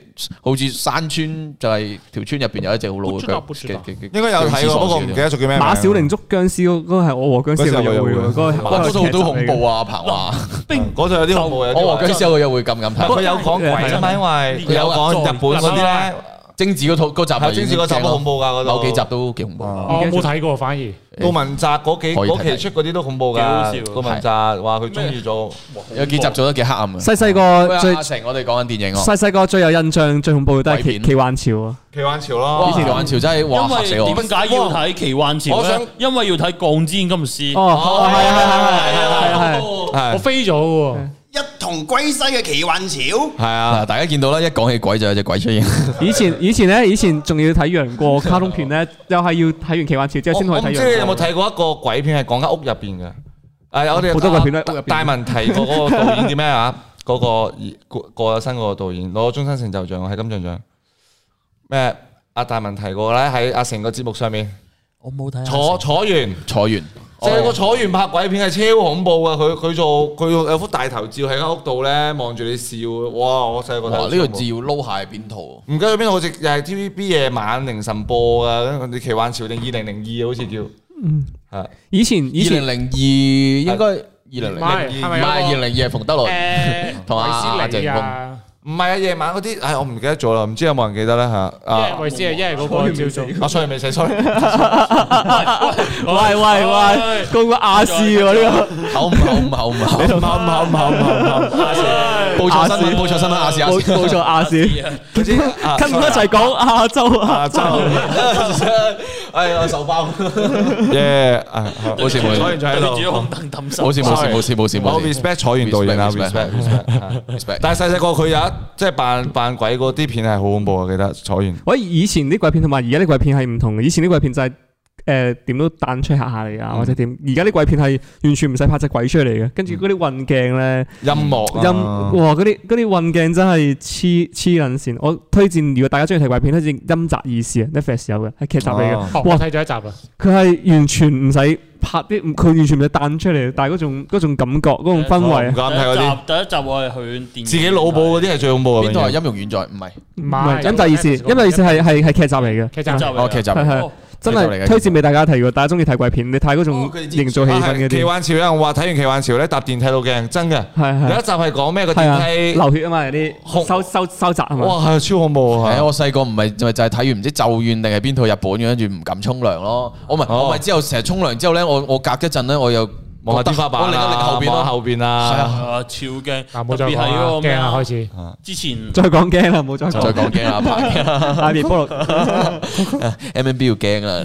S1: 好似山村就係條村入邊有一隻好老
S2: 不
S1: 嘅
S2: 知道
S1: 僵
S2: 不知道
S1: 嘅嘅
S5: 應該有睇啊過，不過唔記得咗叫咩名。啊
S3: 馬小玲捉僵屍嗰嗰個係我和僵屍有個約會喎，嗰個
S1: 哇！嗰套都恐怖
S3: 啊！
S1: 啊，彭華，
S5: 嗯嗰度有啲恐怖有啲
S1: 我和僵屍有個約會咁咁睇。
S5: 佢有講鬼啫嘛，因為佢有講日本嗰啲咧，
S1: 貞子嗰套嗰集咪
S5: 係貞子嗰集
S1: 已經正咯
S5: 都恐怖㗎嗰度
S1: 某幾集都幾恐怖。
S5: 啊
S2: 我冇睇過，反而
S5: 杜汶澤嗰幾
S1: 可以睇睇
S5: 嗰期出嗰啲都恐怖
S4: 幾好笑
S5: 㗎。杜汶澤話佢中意咗，
S1: 有幾集做得幾黑暗嘅。啊
S3: 細細
S1: 喂
S3: 個最
S1: 阿阿成，我哋講緊電影喎。
S3: 細細個最有印象最恐怖嘅都係
S1: 鬼
S3: 奇
S1: 片
S3: 奇幻潮啊！
S5: 奇幻潮
S1: 哇！
S5: 咯。
S1: 台灣潮真係哇
S4: 因
S1: 嚇
S4: 為
S1: 死我
S4: 點！解要睇奇幻潮
S5: 我想
S4: 咧？因為要睇鋼之煉金師。
S3: 哦，係啊係啊係啊係啊係啊！
S2: 我
S5: 係
S2: 飛咗喎。
S6: 一同歸西嘅奇幻潮。
S5: 係啊
S1: 嗱，，大家見到啦，一講起鬼就有隻鬼出現。
S3: 以前以前咧，以前仲要睇楊過卡通片咧，又係要睇完奇幻潮之後先可以
S5: 我我唔
S3: 睇
S5: 知你
S3: 楊
S5: 有
S3: 過
S5: 冇。睇過一個鬼片係講間屋入邊嘅？誒，我哋
S3: 啊
S5: 啊
S3: 好多鬼片都喺屋入邊
S5: 大文提過嗰個導演叫咩啊？ <laughs> 嗰個過過咗身嗰個導演攞終身成就獎喎，係金像獎。咩？阿大文提過咧，喺阿成個節目上面
S4: 我冇睇啊
S5: 坐坐完。
S1: 坐完，
S5: 即係哦個楚原拍鬼片係超恐怖噶，啊佢佢做佢有幅大頭照喺間屋度咧，望住你笑，哇！我細個睇
S1: 哇！
S5: 到
S1: 呢個
S5: 超恐怖
S1: 字要撈下係邊套？
S5: 唔記得咗邊度，好似又係 TVB 夜晚凌晨播噶，你奇幻潮定二零零二啊好似叫，嗯，
S3: 以前以
S1: 二
S3: 前
S1: 零零二應該二零零
S2: 唔
S1: 唔
S2: 係，係咪
S1: 係二零零二係馮德倫。
S2: 誒
S1: 同阿
S2: 衛斯理啊？
S5: 唔係啊，夜晚嗰啲，唉，我唔記得咗啦，唔知有冇人記得咧嚇
S2: 一
S5: 啊
S2: 係！衛斯理，一係嗰個叫做
S5: 阿衰未死衰，
S3: 喂喂喂，個個亞視喎呢
S1: 口唔口唔口唔口，
S5: <laughs> 唔好唔好唔好唔好，
S1: 報錯新聞，報錯新聞，亞視
S3: 個，
S1: 亞
S3: 冇
S1: 視。
S3: 冇錯亞視，
S5: 佢知啊啊
S3: 跟唔一齊講亞洲啊！
S5: 亞洲，
S1: 哎呀，手包，
S5: 耶！啊
S1: 冇事冇事
S5: 楚原仲喺
S4: 住咗
S5: 度
S4: 空凳氹心。
S1: 冇事冇事冇事冇事冇
S5: 我
S1: 事
S5: respect 楚原導演啊
S1: Respect，
S5: ，respect respect。
S1: respect。
S5: 但係細細個佢有一即係扮扮鬼嗰啲片係好恐怖啊！記得楚原
S3: 喂，以前啲鬼片同埋而家啲鬼片係唔同嘅，以前啲鬼片就係誒點都彈出嚇下你啊，或者點，而家啲鬼片係完全唔使拍隻鬼出嚟嘅，跟住嗰啲運鏡咧。
S5: 音樂啊
S3: 音哇！嗰啲嗰啲運鏡真係黐黐撚線。我推薦如果大家中意睇鬼片，推薦《陰宅二事》啊，Netflix 有嘅，係劇集嚟嘅。
S5: 啊
S2: 哦我睇咗一集啊。
S3: 佢係完全唔使拍啲，佢完全唔使彈出嚟，但係嗰種嗰種感覺、嗰種氛
S5: 我唔
S3: 圍
S5: 敢睇嗰
S4: 第一
S5: 啲，
S4: 集第一集我係去電影
S5: 自己腦補嗰啲係最恐怖啊！
S1: 邊套係
S5: 永遠
S1: 音容遠在？唔係
S3: 唔係
S2: 唔係
S3: 《陰宅二事》，《陰宅二事》係係係劇集嚟嘅。
S2: 劇集
S4: 第一集嚟㗎
S1: 哦劇集
S3: 係係
S4: 哦
S3: 真
S1: 睇咗嚟
S3: 係
S1: 嘅
S3: 推薦俾大家睇。如果大家中意睇鬼片，你睇嗰
S1: 哦
S3: 種
S1: 佢哋之前
S3: 營造氣
S5: 啊
S3: 氛
S5: 係
S3: 嗰
S5: 奇
S3: 啲，
S5: 幻潮有人話睇完奇幻潮咧，搭電梯到鏡，真嘅。
S3: 係係
S5: 有一集係講咩個
S3: 係啊，
S5: 電梯，
S3: 流血啊嘛，有
S5: 紅
S3: 啲收收收窄啊嘛。
S5: 哇係超恐怖
S1: 係
S5: 啊
S1: 啊！！我細個唔係就係就係睇完唔知咒怨定係邊套日本嘅，跟住唔敢沖涼咯。我咪
S5: 哦
S1: 我咪之後成日沖涼之後咧，我我隔一陣咧，我又
S5: 望下天花板
S1: 我
S5: 啊
S1: 擰一擰後邊
S5: 望
S1: 咯。
S5: 下後邊啊，
S1: 係啊
S4: 啊，超
S2: 嗱，
S4: 驚，特
S2: 冇再
S4: 別
S2: 講
S4: 係嗰
S2: 啦
S4: 個，咩
S2: 驚啦
S4: 啊
S2: 開始。
S4: 之前
S3: 再講驚啦，唔好再
S1: 再
S3: 講。 <laughs>
S1: 講驚啦，怕驚啦
S3: 阿烈菠蘿，
S1: <laughs> ，M M B 要驚啦。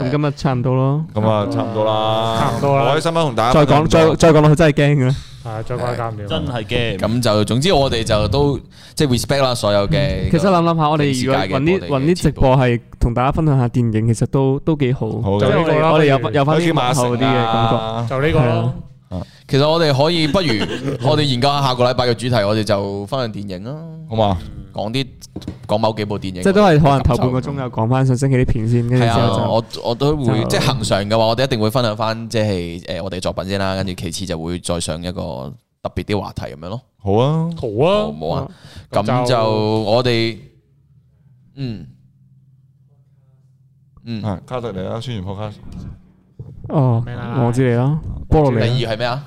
S3: 咁今日差唔多咯。
S5: 咁啊，差唔多啦，
S2: 差唔多啦
S5: 好開心啊，同大家
S3: 再講
S5: 分享咁
S3: 再
S5: 多
S3: 再講落去真係驚嘅啦。
S2: 係再講搞唔掂。
S4: 真係驚。
S1: 咁就總之我哋就都即係 respect 啦，所有嘅。
S3: 嗯其實諗諗下，我哋如果揾
S1: 電視界
S3: 啲
S1: 嘅我
S3: 揾
S1: 哋嘅
S3: 啲直播係同大家分享下電影，其實都都幾好。
S5: 好嘅
S3: 即係
S2: 呢
S3: 我
S2: 個啦
S3: 哋我哋有
S2: 不如
S3: 有翻
S5: 可以
S3: 啲
S5: 叫
S3: 幕
S5: 馬
S3: 後啲嘅
S5: 成
S3: 感覺。
S5: 啊
S2: 就呢個
S3: 係
S2: 咯
S3: 啊。
S1: 其實我哋可以不如我哋研究下下個禮拜嘅主題，我哋就分享電影啦，
S5: 好嘛？
S1: 講啲講某幾部電影。
S3: 即係都係可能頭半個鐘又講翻上星期啲片先，跟住
S1: 係
S3: 之後
S1: 啊，
S3: 就
S1: 我我都會
S3: 就
S1: 即係恒常嘅話，我哋一定會分享翻即係誒我哋嘅作品先啦，跟住其次就會再上一個特別啲話題咁樣咯，
S5: 好啊，
S2: 好
S1: 好
S2: 啊，
S1: 唔好啊？
S2: 咁就
S1: 咁就我哋嗯嗯，
S5: 啊卡特嚟啦，宣傳 podcast，
S3: 哦
S2: 咩啦，
S3: 我知你啦，菠蘿
S1: 第
S3: 嚟啦，
S1: 二係咩啊？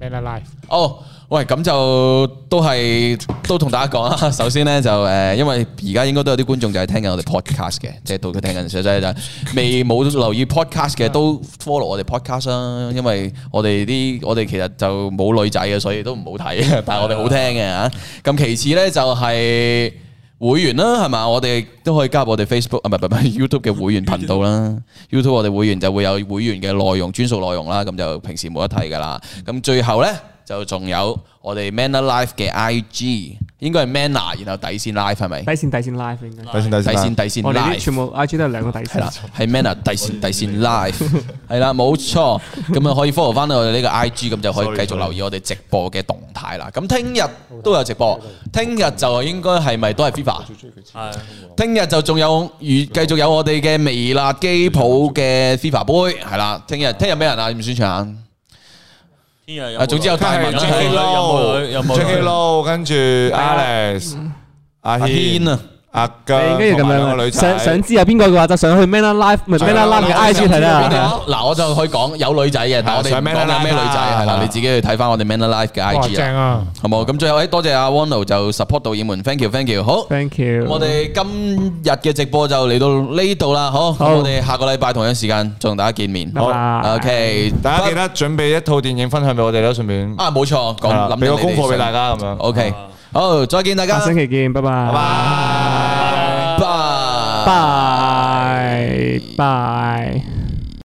S2: Man Alive，
S1: 哦，喂，咁就都係都同大家講啦。 <laughs> 首先咧就誒、呃因為而家應該都有啲觀眾就係聽緊我哋 podcast 嘅，即係到佢聽緊，所以就係未冇留意 podcast 嘅都 follow 我哋 podcast 啦。因為我哋啲我哋其實就冇女仔嘅，所以都唔好睇，但係我哋好聽嘅嚇。咁其次咧就係、會員啦，係嘛？我哋都可以加入我哋 Facebook 啊，唔係唔係 <laughs> YouTube 嘅會員頻道啦。YouTube 我哋會員就會有會員嘅內容、專屬內容啦，咁就平時冇得睇噶啦。咁最後呢，就仲有我哋 Manner Life 嘅 IG，應該係 Manner，然後底線 Life 係咪？
S3: 底線底線 live 應該。
S5: 睇先
S1: 底
S5: 睇
S1: 線
S5: 先
S1: 底
S5: 啦，
S1: 線
S3: 我哋啲
S1: Life
S3: 全。部哦 IG 都係兩個底
S1: 係啦
S3: 線，，
S1: 係 Manner 底線底線 Live，係啦，冇錯。咁啊可以 follow 翻我哋呢個 IG，咁就可以繼續留意我哋直播嘅動態啦。咁聽日都有直播，聽日就應該係咪都係 FIFA？
S4: 係
S1: 聽日就仲有如繼續有我哋嘅微辣機鋪嘅 FIFA 杯係啦，聽日聽日咩人啊？要唔宣傳下？
S4: 天日有
S1: 啊，總之有大文
S5: 梗
S1: 啦
S5: 係，
S4: Jacky
S1: 係
S4: Lou 有冇女有冇女
S5: Jacky Lou，跟住 Alex，阿
S1: 阿軒啊，
S5: 阿
S3: 你
S5: 姜，
S3: 應該要
S5: 同埋
S3: 咁
S5: 兩個
S3: 樣。啊
S5: 女
S3: 想
S5: 仔，
S3: 想知係邊個嘅話，就上去 Man Up Live 咪 Man Up Live 嘅 IG 睇
S1: 我哋
S3: 啦。
S1: 有嗱，我就可以講有女仔嘅，但我哋唔
S5: 上 Man
S1: 講有咩女
S5: Alive
S1: 仔
S5: 啦
S1: 係啦，你自己去睇翻我哋 Man Alive 嘅
S2: 哇
S1: IG 啦，
S2: 正啊！
S1: 好冇？咁最後誒，多謝阿 Wono 就 support 導演們，thank you，thank you，好。
S3: Thank you。
S1: 我哋今日嘅直播就嚟到呢度啦，好，咁
S3: 好
S1: 我哋下個禮拜同樣時間再同大家見面。
S3: 拜拜
S1: OK，
S5: 大家記得準備一套電影分享俾我哋啦，順便
S1: 啊，冇錯，講
S5: 係啦
S1: 諗
S5: 俾個
S1: 咗你
S5: 功
S1: 哋
S5: 課俾
S1: 想
S5: 大家咁樣。
S1: OK，好，再見大家
S3: 下，星期見，拜拜。
S5: 拜。
S1: 拜。
S3: 拜拜。